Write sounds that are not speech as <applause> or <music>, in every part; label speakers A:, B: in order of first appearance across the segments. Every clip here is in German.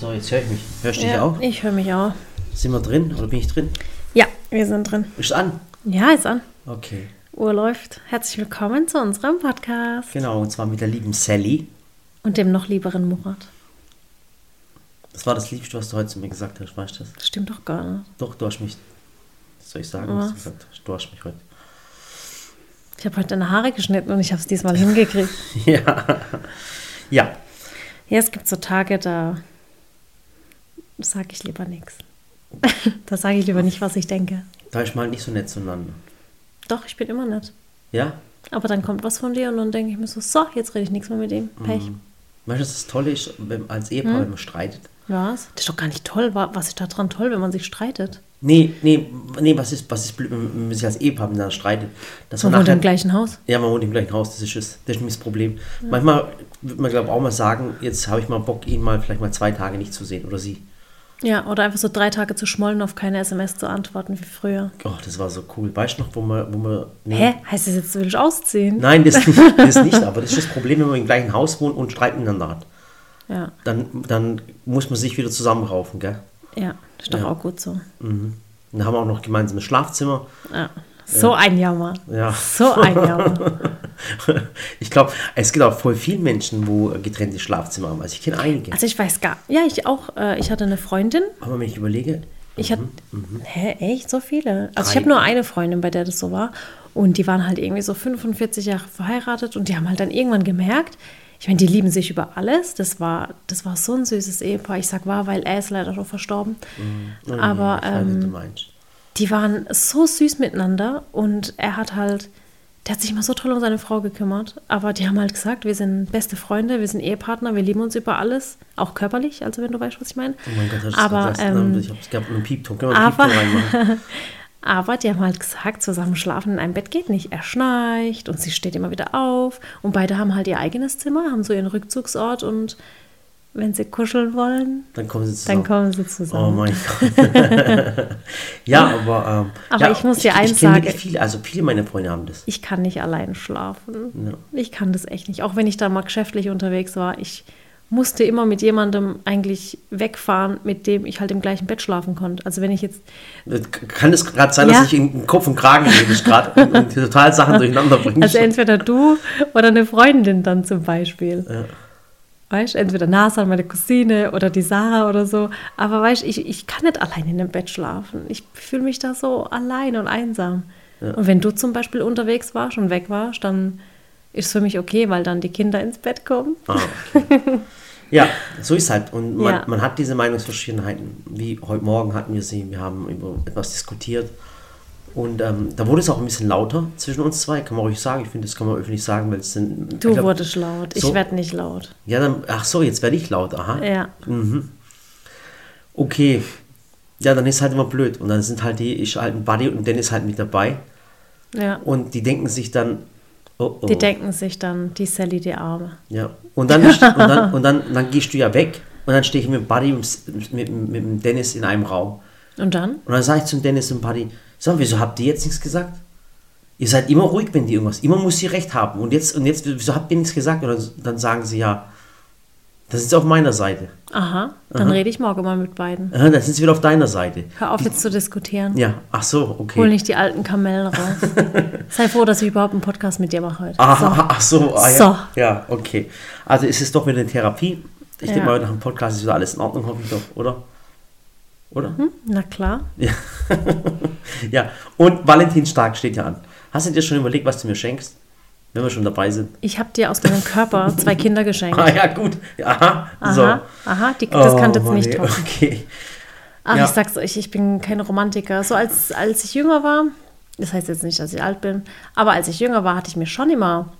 A: So, jetzt höre ich mich. Hörst du dich
B: ja,
A: auch?
B: Ich höre mich auch.
A: Sind wir drin oder bin ich drin?
B: Ja, wir sind drin.
A: Ist an?
B: Ja, ist an.
A: Okay.
B: Uhr läuft. Herzlich willkommen zu unserem Podcast.
A: Genau, und zwar mit der lieben Sally.
B: Und dem noch lieberen Murat.
A: Das war das Liebste, was du heute zu mir gesagt hast, weißt du das?
B: Das stimmt doch gar nicht.
A: Doch, du hast mich. Was soll ich sagen, was, du
B: Was?
A: gesagt hast? Du hast mich heute. <laughs>
B: Ich habe heute deine Haare geschnitten und ich habe es diesmal hingekriegt.
A: <laughs> ja. Ja.
B: Ja, es gibt so Tage, da sage ich lieber nichts. <laughs> da sage ich lieber nicht, was ich denke.
A: Da ist mal nicht so nett zueinander.
B: Doch, ich bin immer nett.
A: Ja?
B: Aber dann kommt was von dir und dann denke ich mir so, so, jetzt rede ich nichts mehr mit ihm. Pech.
A: Mhm. Weißt du, das Tolle ist, wenn, als Ehepaar, wenn man streitet.
B: Was? Das ist doch gar nicht toll. Wa- Was ist da dran toll, wenn man sich streitet?
A: Nee, nee, nee, was ist, was ist blöd, wenn man sich als Ehepaar miteinander streitet? Dass
B: Man
A: man
B: wohnt
A: nachher-
B: im gleichen Haus.
A: Ja, man wohnt im gleichen Haus, das ist es. Das ist das Problem. Manchmal würde man, glaube ich, auch mal sagen, jetzt habe ich mal Bock, ihn mal vielleicht mal zwei Tage nicht zu sehen oder sie.
B: Ja, oder einfach so drei Tage zu schmollen, auf keine SMS zu antworten wie früher.
A: Oh, das war so cool. Weißt du noch, wo man, wo man. Nee.
B: Hä? Heißt das jetzt, will ich ausziehen?
A: Nein, das <laughs> nicht, das nicht, aber das ist das Problem, wenn man im gleichen Haus wohnt und Streit miteinander hat.
B: Ja,
A: Dann, dann muss man sich wieder zusammenraufen, gell?
B: ja, ist doch
A: Ja.
B: auch gut so.
A: Und dann haben wir auch noch gemeinsames Schlafzimmer.
B: Ja. So ein Jammer.
A: Ja. <laughs>
B: So ein Jammer.
A: Ich glaube, es gibt auch voll viele Menschen, wo getrennte Schlafzimmer haben. Also ich kenne einige.
B: Also ich weiß gar, ja, ich auch, äh, ich hatte eine Freundin.
A: Aber wenn ich überlege,
B: Ich hatte, hä, echt so viele? Also ich
A: Mhm, Drei.
B: habe nur eine Freundin, bei der das so war. Und die waren halt irgendwie so 45 Jahre verheiratet und die haben halt dann irgendwann gemerkt, ich meine, die lieben sich über alles. Das war, das war so ein süßes Ehepaar. Ich sag war, weil er ist leider schon verstorben. Aber
A: oh, ich weiß, was
B: ähm,
A: du meinst.
B: die waren so süß miteinander und er hat halt, der hat sich immer so toll um seine Frau gekümmert, aber die haben halt gesagt, wir sind beste Freunde, wir sind Ehepartner, wir lieben uns über alles, auch körperlich, also wenn du weißt, was ich meine.
A: Oh mein Gott, hast du
B: aber,
A: das
B: ähm,
A: Ich habe gehabt einen Piepton. Können wir einen
B: aber,
A: Piepton reinmachen?
B: aber die haben halt gesagt, zusammen schlafen in einem Bett geht nicht. Er schnarcht und sie steht immer wieder auf und beide haben halt ihr eigenes Zimmer, haben so ihren Rückzugsort und wenn sie kuscheln wollen,
A: Dann kommen sie zusammen.
B: dann kommen sie
A: Oh
B: zusammen.
A: mein Gott.
B: <laughs>
A: ja, aber. Ähm,
B: Aber
A: ja,
B: ich muss dir eins
A: ich kenn
B: sagen.
A: wirklich Viele, also viele meiner Freunde haben das.
B: ich kann nicht allein schlafen.
A: Ja.
B: Ich kann das echt nicht. Auch wenn ich da mal geschäftlich unterwegs war, ich musste immer mit jemandem eigentlich wegfahren, mit dem ich halt im gleichen Bett schlafen konnte. Also wenn ich jetzt,
A: Äh, Kann es gerade sein,
B: Ja.
A: dass ich in Kopf und Kragen rede ich gerade und, und total Sachen durcheinander bringe?
B: also entweder du oder eine Freundin dann zum Beispiel.
A: Ja.
B: Weißt entweder Nasa, meine Cousine oder die Sarah oder so. Aber weißt ich, ich kann nicht allein in dem Bett schlafen. Ich fühle mich da so allein und einsam. Und wenn du zum Beispiel unterwegs warst und weg warst, dann ist es für mich okay, weil dann die Kinder ins Bett kommen.
A: ah, okay. ja, so ist halt. Und man,
B: Ja.
A: man hat diese Meinungsverschiedenheiten. Wie heute Morgen hatten wir sie, wir haben über etwas diskutiert. Und ähm, da wurde es auch ein bisschen lauter zwischen uns zwei, kann man ruhig sagen. Ich finde, das kann man öffentlich sagen, weil es sind.
B: Du
A: ich glaub-
B: wurdest laut. Ich
A: so-
B: werde nicht laut.
A: Ja, dann, ach so, jetzt werde ich laut, aha.
B: Ja.
A: Okay. Ja, dann ist halt immer blöd. Und dann sind halt die, ich halt ein Buddy und Dennis halt mit dabei.
B: ja.
A: Und die denken sich dann, oh oh.
B: Die denken sich dann, die Sally, die Arme.
A: ja. Und dann, ist, und
B: <laughs>
A: dann, und dann, dann gehst du ja weg. Und dann stehe ich mit dem Buddy und mit, mit, mit dem Dennis in einem Raum.
B: Und dann?
A: Und dann sage ich zum Dennis und Buddy, sag, wieso habt ihr jetzt nichts gesagt? Ihr seid immer ruhig, wenn die irgendwas, immer muss sie recht haben. Und jetzt, und jetzt, wieso habt ihr nichts gesagt? Und dann, dann sagen sie ja, das ist auf meiner Seite.
B: Aha. Dann rede ich morgen mal mit beiden.
A: Aha, Dann sind sie wieder auf deiner Seite.
B: Hör auf jetzt zu diskutieren.
A: Ja, ach so, okay.
B: Hol nicht die alten Kamellen
A: <laughs>
B: raus. Sei froh, dass ich überhaupt einen Podcast mit dir mache heute.
A: Ah, ach so, ah, ja.
B: So.
A: ja, okay. Also ist es doch wieder eine Therapie. Ich
B: Ja.
A: denke mal, nach dem Podcast ist wieder alles in Ordnung, hoffe ich doch, oder? Oder?
B: So. Na klar.
A: Ja. ja, und Valentinstag steht ja an. Hast du dir schon überlegt, was du mir schenkst? Wenn wir schon dabei sind. <laughs>
B: Ich habe dir aus meinem Körper zwei Kinder geschenkt.
A: Ah ja, gut. Aha,
B: Aha,
A: <laughs> so.
B: aha, die, das
A: Oh,
B: kannte jetzt
A: Mann,
B: nicht
A: ey,
B: toppen.
A: Okay.
B: Ach,
A: Ja.
B: ich sag's euch, ich bin kein Romantiker. So als, als ich jünger war, das heißt jetzt nicht, dass ich alt bin, aber als ich jünger war, hatte ich mir schon immer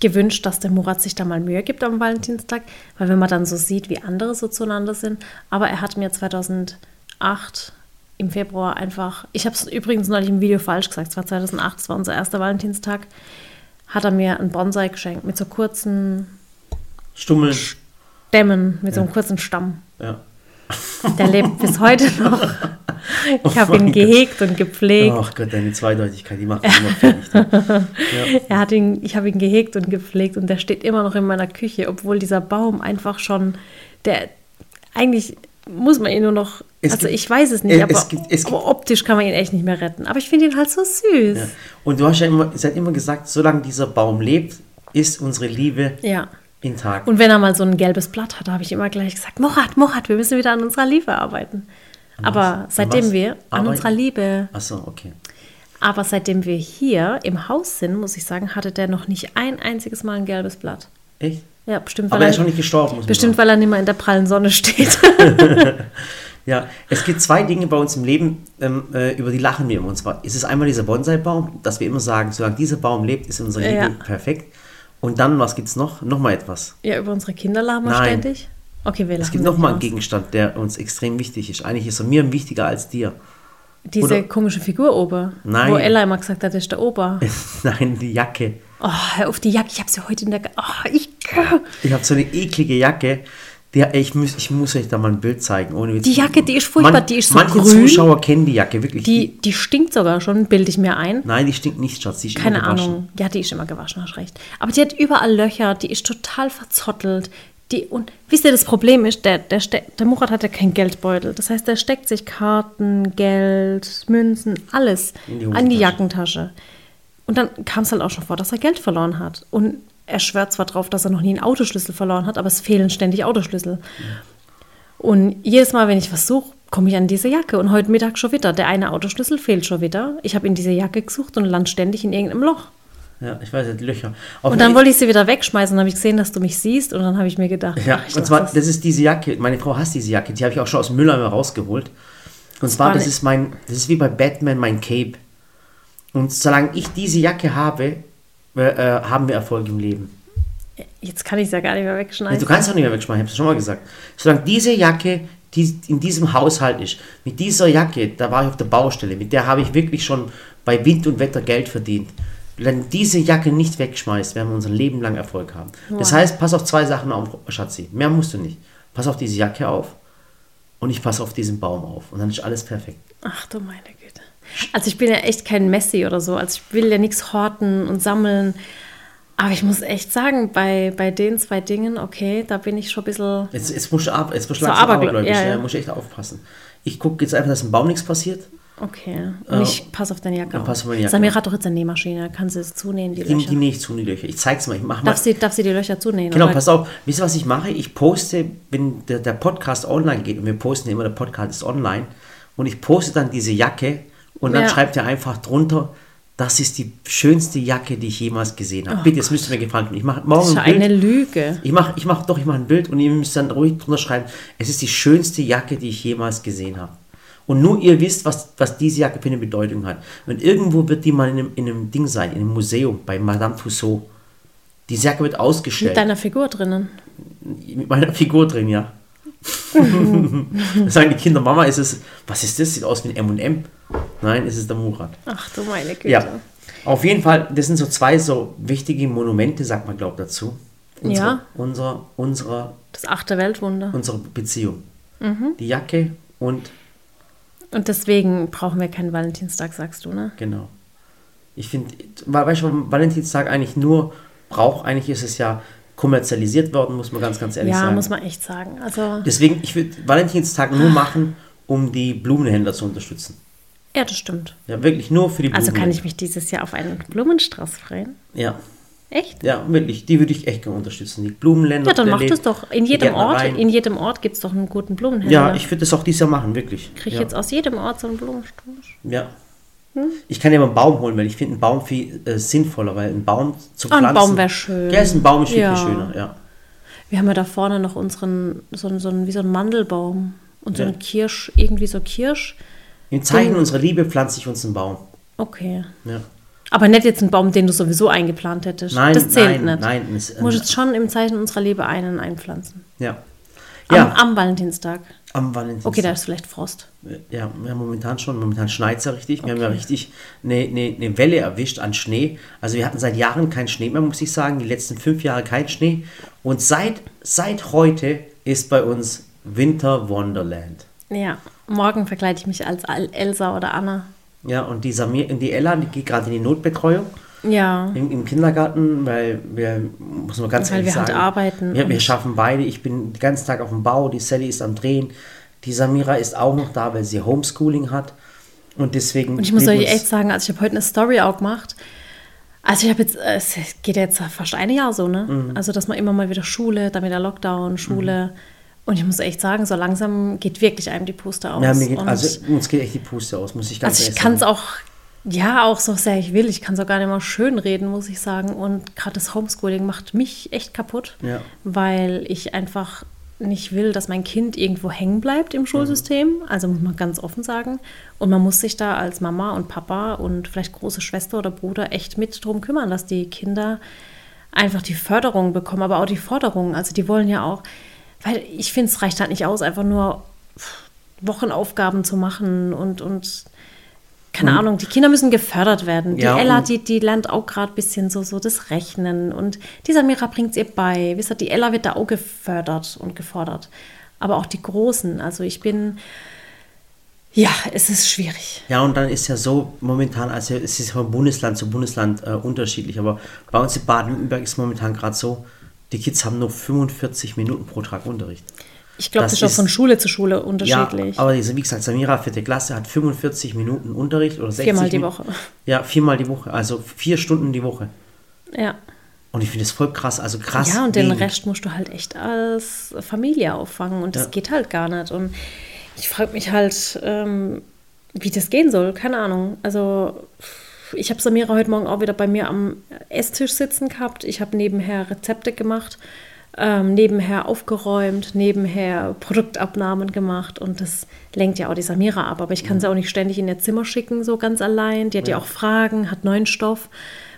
B: gewünscht, dass der Murat sich da mal Mühe gibt am Valentinstag, weil wenn man dann so sieht, wie andere so zueinander sind, aber er hat mir 2008 im Februar einfach, ich habe es übrigens neulich im Video falsch gesagt, es war 2008, es war unser erster Valentinstag, hat er mir einen Bonsai geschenkt mit so kurzen
A: Stummeln.
B: Dämmen, mit so einem kurzen Stamm.
A: Ja.
B: Der lebt
A: <laughs>
B: bis heute noch. Ich habe
A: Oh mein
B: ihn
A: Gott.
B: gehegt und gepflegt.
A: Ach Gott, deine Zweideutigkeit, die macht mich immer fertig. ne?
B: Er hat ihn, ich habe ihn gehegt und gepflegt und der steht immer noch in meiner Küche, obwohl dieser Baum einfach schon, der, eigentlich muss man ihn nur noch.
A: Es
B: also
A: gibt-
B: ich weiß es nicht,
A: äh,
B: aber,
A: es gibt- es gibt-
B: aber optisch kann man ihn echt nicht mehr retten. Aber ich finde ihn halt so süß.
A: Ja. Und du hast ja immer, sie hat immer gesagt, solange dieser Baum lebt, ist unsere Liebe
B: Ja.
A: intakt.
B: Und wenn er mal so ein gelbes Blatt hat, habe ich immer gleich gesagt, Morat, Morat, wir müssen wieder an unserer Liebe arbeiten.
A: was?
B: Aber
A: An
B: seitdem
A: was?
B: wir an
A: Arbeiten?
B: unserer Liebe,
A: Achso, okay.
B: aber seitdem wir hier im Haus sind, muss ich sagen, hatte der noch nicht ein einziges Mal ein gelbes Blatt.
A: Echt?
B: Ja, bestimmt,
A: Aber er ist schon nicht gestorben, muss man
B: bestimmt weil er nicht mal in der prallen Sonne steht.
A: <laughs> Ja, es gibt zwei Dinge bei uns im Leben, ähm, äh, über die lachen wir immer. Und zwar ist es einmal dieser Bonsai-Baum, dass wir immer sagen, solange dieser Baum lebt, ist unsere Liebe
B: Ja.
A: perfekt. Und dann, was gibt's noch? Nochmal etwas.
B: ja, über unsere Kinder lachen wir
A: Nein.
B: ständig. Okay, wir lachen.
A: Es gibt
B: nicht
A: nochmal einen
B: aus.
A: Gegenstand, der uns extrem wichtig ist. Eigentlich ist er mir wichtiger als dir. <laughs>
B: Diese
A: oder-
B: komische Figur Ober,
A: Nein.
B: wo Ella immer gesagt hat, das ist der Ober.
A: Nein, die Jacke.
B: Oh, hör auf die Jacke, ich habe sie heute in der... Ge- Oh, ich...
A: Ich habe so eine eklige Jacke. Die, ich, muss, ich muss euch da mal ein Bild zeigen. Ohne Witz.
B: Die Jacke, die ist furchtbar, die ist so
A: manche
B: grün.
A: Zuschauer kennen die Jacke wirklich.
B: Die, die stinkt sogar schon, bilde ich mir ein.
A: nein, die stinkt nicht, Schatz. Die ist
B: Keine
A: immer gewaschen.
B: Ahnung. Ja, die ist immer gewaschen, hast recht. Aber die hat überall Löcher, die ist total verzottelt. Die, und wisst ihr, das Problem ist, der, der, steck- der Murat hat ja keinen Geldbeutel. Das heißt, der steckt sich Karten, Geld, Münzen, alles
A: In die
B: an die
A: Hosentasche.
B: Jackentasche. Und dann kam es halt auch schon vor, dass er Geld verloren hat. Und er schwört zwar drauf, dass er noch nie einen Autoschlüssel verloren hat, aber es fehlen ständig Autoschlüssel. Und jedes Mal, wenn ich was suche, komme ich an diese Jacke. Und heute Mittag schon wieder. Der eine Autoschlüssel fehlt schon wieder. Ich habe in diese Jacke gesucht und land ständig in irgendeinem Loch.
A: Ja, ich weiß nicht, Löcher. Auf
B: Und dann
A: jeden-
B: wollte ich sie wieder wegschmeißen. Dann habe ich gesehen, dass du mich siehst. Und dann habe ich mir gedacht,
A: Ja,
B: ach, ich
A: und
B: lass
A: zwar,
B: das.
A: das ist diese Jacke. Meine Frau hasst diese Jacke. Die habe ich auch schon aus dem Mülleimer rausgeholt. Und zwar,
B: war
A: das
B: ne-
A: ist mein, das ist wie bei Batman mein Cape. Und solange ich diese Jacke habe, äh, äh, haben wir Erfolg im Leben.
B: jetzt kann ich es ja gar nicht mehr
A: Nee,
B: wegschneiden.
A: Also du kannst doch nicht mehr wegschmeißen, ich hab's schon mal gesagt. Solange diese Jacke, die in diesem Haushalt ist, mit dieser Jacke, da war ich auf der Baustelle, mit der habe ich wirklich schon bei Wind und Wetter Geld verdient. Wenn diese Jacke nicht wegschmeißt, werden wir unser Leben lang Erfolg haben. Das heißt, pass auf zwei Sachen auf, Schatzi. Mehr musst du nicht. Pass auf diese Jacke auf und ich passe auf diesen Baum auf. Und dann ist alles perfekt.
B: ach du meine Güte. Also ich bin ja echt kein Messi oder so. Also ich will ja nichts horten und sammeln. Aber ich muss echt sagen, bei, bei den zwei Dingen, okay, da bin ich schon ein bisschen...
A: Jetzt, jetzt musst du, ab, jetzt musst du
B: So
A: langsam
B: abergläu-
A: abergläubisch,
B: ja,
A: ja,
B: ja.
A: musst du echt aufpassen. Ich gucke jetzt einfach, dass dem Baum nichts passiert.
B: Okay. Und
A: Ja.
B: ich passe auf deine Jacke
A: Dann
B: auf.
A: pass auf meine Jacke
B: Samira
A: auf.
B: hat doch jetzt eine Nähmaschine. Kann sie es zunähen, die
A: Die,
B: Löcher?
A: die nähe ich zu, die Löcher. Ich zeig's mal, ich mach mal.
B: Darf sie, darf sie die Löcher zunähen?
A: Genau,
B: oder?
A: pass auf. Wisst ihr, was ich mache? Ich poste, wenn der, der Podcast online geht, und wir posten immer, der Podcast ist online, und ich poste dann diese Jacke und dann
B: Ja.
A: schreibt er einfach drunter, das ist die schönste Jacke, die ich jemals gesehen habe. Bitte, das müsst ihr mir gefallen tun. Ich mache morgen
B: Oh Das ist ja
A: ein
B: eine
A: Bild.
B: Lüge.
A: Ich mache ich mach, doch, ich mache ein Bild und ihr müsst dann ruhig drunter schreiben, es ist die schönste Jacke, die ich jemals gesehen habe. Und nur ihr wisst, was, was diese Jacke für eine Bedeutung hat. Und irgendwo wird die mal in einem, in einem Ding sein, in einem Museum, bei Madame Tussaud. Diese Jacke wird ausgestellt
B: Mit deiner Figur drinnen.
A: mit meiner Figur drin, ja. Dann <laughs>
B: Mhm.
A: sagen die Kinder, Mama, ist es, was ist das? Sieht aus wie ein M&M. Nein, es ist der Murat.
B: Ach du meine Güte.
A: Ja, auf jeden Fall, das sind so zwei so wichtige Monumente, sagt man, glaube dazu. Unsere,
B: Ja.
A: Unsere, unsere,
B: Das achte Weltwunder.
A: unsere Beziehung.
B: Mhm.
A: Die Jacke und,
B: Und deswegen brauchen wir keinen Valentinstag, sagst du, ne?
A: genau. Ich finde, weißt du, warum Valentinstag eigentlich nur braucht, eigentlich ist es ja kommerzialisiert worden, muss man ganz, ganz ehrlich
B: Ja,
A: sagen.
B: muss man echt sagen. Also,
A: Deswegen, ich würde Valentinstag nur machen, um die Blumenhändler zu unterstützen.
B: ja, das stimmt.
A: Ja, wirklich nur für die
B: Also kann
A: Blumenhändler.
B: ich mich dieses Jahr auf einen Blumenstrauß freuen.
A: Ja,
B: Echt?
A: ja, wirklich. Die würde ich echt gerne unterstützen. Die Blumenländer.
B: Ja, dann
A: der
B: macht
A: Läden,
B: es doch. In
A: die
B: jedem Ort,
A: Gärtnereien.
B: in jedem Ort gibt es doch einen guten Blumenhändler.
A: ja, ich würde das auch dieses Jahr machen, wirklich.
B: kriege
A: ja.
B: jetzt Hm? aus jedem Ort so einen Blumenstrauß.
A: Ja. Ich kann ja mal einen Baum holen, weil ich finde einen Baum viel äh, sinnvoller, weil ein Baum zu
B: Ah, ein
A: pflanzen.
B: Baum wär schön.
A: Ja, ist ein Baum ist viel,
B: Ja.
A: viel schöner, ja.
B: Wir haben ja da vorne noch unseren, so, einen- so einen, wie so einen Mandelbaum und so
A: Ja.
B: einen Kirsch, irgendwie so Kirsch.
A: Im Zeichen unserer Liebe pflanze ich uns einen Baum.
B: Okay.
A: Ja.
B: Aber nicht jetzt einen Baum, den du sowieso eingeplant hättest.
A: Nein,
B: das
A: nein,
B: zählt nicht.
A: nein, es-
B: du musst jetzt schon im Zeichen unserer Liebe einen einpflanzen.
A: Ja.
B: Am,
A: Ja, am,
B: am Valentinstag.
A: Valentinstag.
B: Okay, da ist vielleicht Frost.
A: Ja, ja, momentan schon. Momentan schneit es ja richtig. Wir haben ja richtig eine, eine, eine Welle erwischt an Schnee. Also wir hatten seit Jahren keinen Schnee mehr, muss ich sagen. Die letzten fünf Jahre kein Schnee. Und seit, seit heute ist bei uns Winter Wonderland.
B: Ja, morgen verkleide ich mich als Al- Elsa oder Anna.
A: Ja, und die, Samir, und die Ella, die geht gerade in die Notbetreuung.
B: Ja.
A: im, im Kindergarten, weil wir, muss man ganz
B: Weil
A: ehrlich
B: wir halt
A: sagen,
B: arbeiten
A: wir, wir
B: und-
A: schaffen beide. Ich bin den ganzen Tag auf dem Bau, die Sally ist am Drehen, die Samira ist auch noch da, weil sie Homeschooling hat. Und deswegen.
B: Und ich muss
A: blieb
B: euch
A: uns-
B: echt sagen, also ich habe heute eine Story auch gemacht. Also ich habe jetzt, äh, es geht jetzt fast ein Jahr so, ne? Also dass man immer mal wieder Schule, dann wieder Lockdown, Schule. Und ich muss echt sagen, so langsam geht wirklich einem die Puste aus.
A: Ja, mir geht,
B: Und
A: also uns geht echt die Puste aus, muss ich ganz
B: also ich
A: ehrlich
B: kann es
A: sagen.
B: auch, ja, auch so sehr ich will, ich kann es auch gar nicht mal schön reden, muss ich sagen. Und gerade das Homeschooling macht mich echt kaputt,
A: Ja.
B: weil ich einfach nicht will, dass mein Kind irgendwo hängen bleibt im Schulsystem. Also muss man ganz offen sagen. Und man muss sich da als Mama und Papa und vielleicht große Schwester oder Bruder echt mit drum kümmern, dass die Kinder einfach die Förderung bekommen, aber auch die Forderungen. Also die wollen ja auch, weil ich finde, es reicht halt nicht aus, einfach nur Wochenaufgaben zu machen und, und keine Ahnung, die Kinder müssen gefördert werden. Die
A: Ja,
B: Ella,
A: und-
B: die, die lernt auch gerade ein bisschen so, so das Rechnen und die Samira bringt es ihr bei. Wisst ihr, die Ella wird da auch gefördert und gefordert. Aber auch die Großen. Also ich bin, ja, es ist schwierig.
A: Ja, und dann ist ja so momentan, also es ist von Bundesland zu Bundesland äh, unterschiedlich, aber bei uns in Baden-Württemberg ist momentan gerade so, die Kids haben nur 45 Minuten pro Tag Unterricht.
B: Ich glaube,
A: Das
B: das ist auch
A: ist-
B: von Schule zu Schule unterschiedlich.
A: Ja, aber diese, wie gesagt, Samira, vierte Klasse, hat 45 Minuten Unterricht oder 60
B: Viermal die
A: Minuten-
B: Woche.
A: Ja, viermal die Woche, also vier Stunden die Woche.
B: ja.
A: Und ich finde das voll krass, also krass.
B: Ja, und den
A: wenig.
B: Rest musst du halt echt als Familie auffangen und das
A: Ja.
B: geht halt gar nicht. Und ich frage mich halt, ähm, wie das gehen soll, keine Ahnung. Also ich habe Samira heute Morgen auch wieder bei mir am Esstisch sitzen gehabt. Ich habe nebenher Rezepte gemacht, ähm, nebenher aufgeräumt, nebenher Produktabnahmen gemacht und das lenkt ja auch die Samira ab. Aber ich kann sie auch nicht ständig in ihr Zimmer schicken, so ganz allein. Die hat ja, auch Fragen, hat neuen Stoff,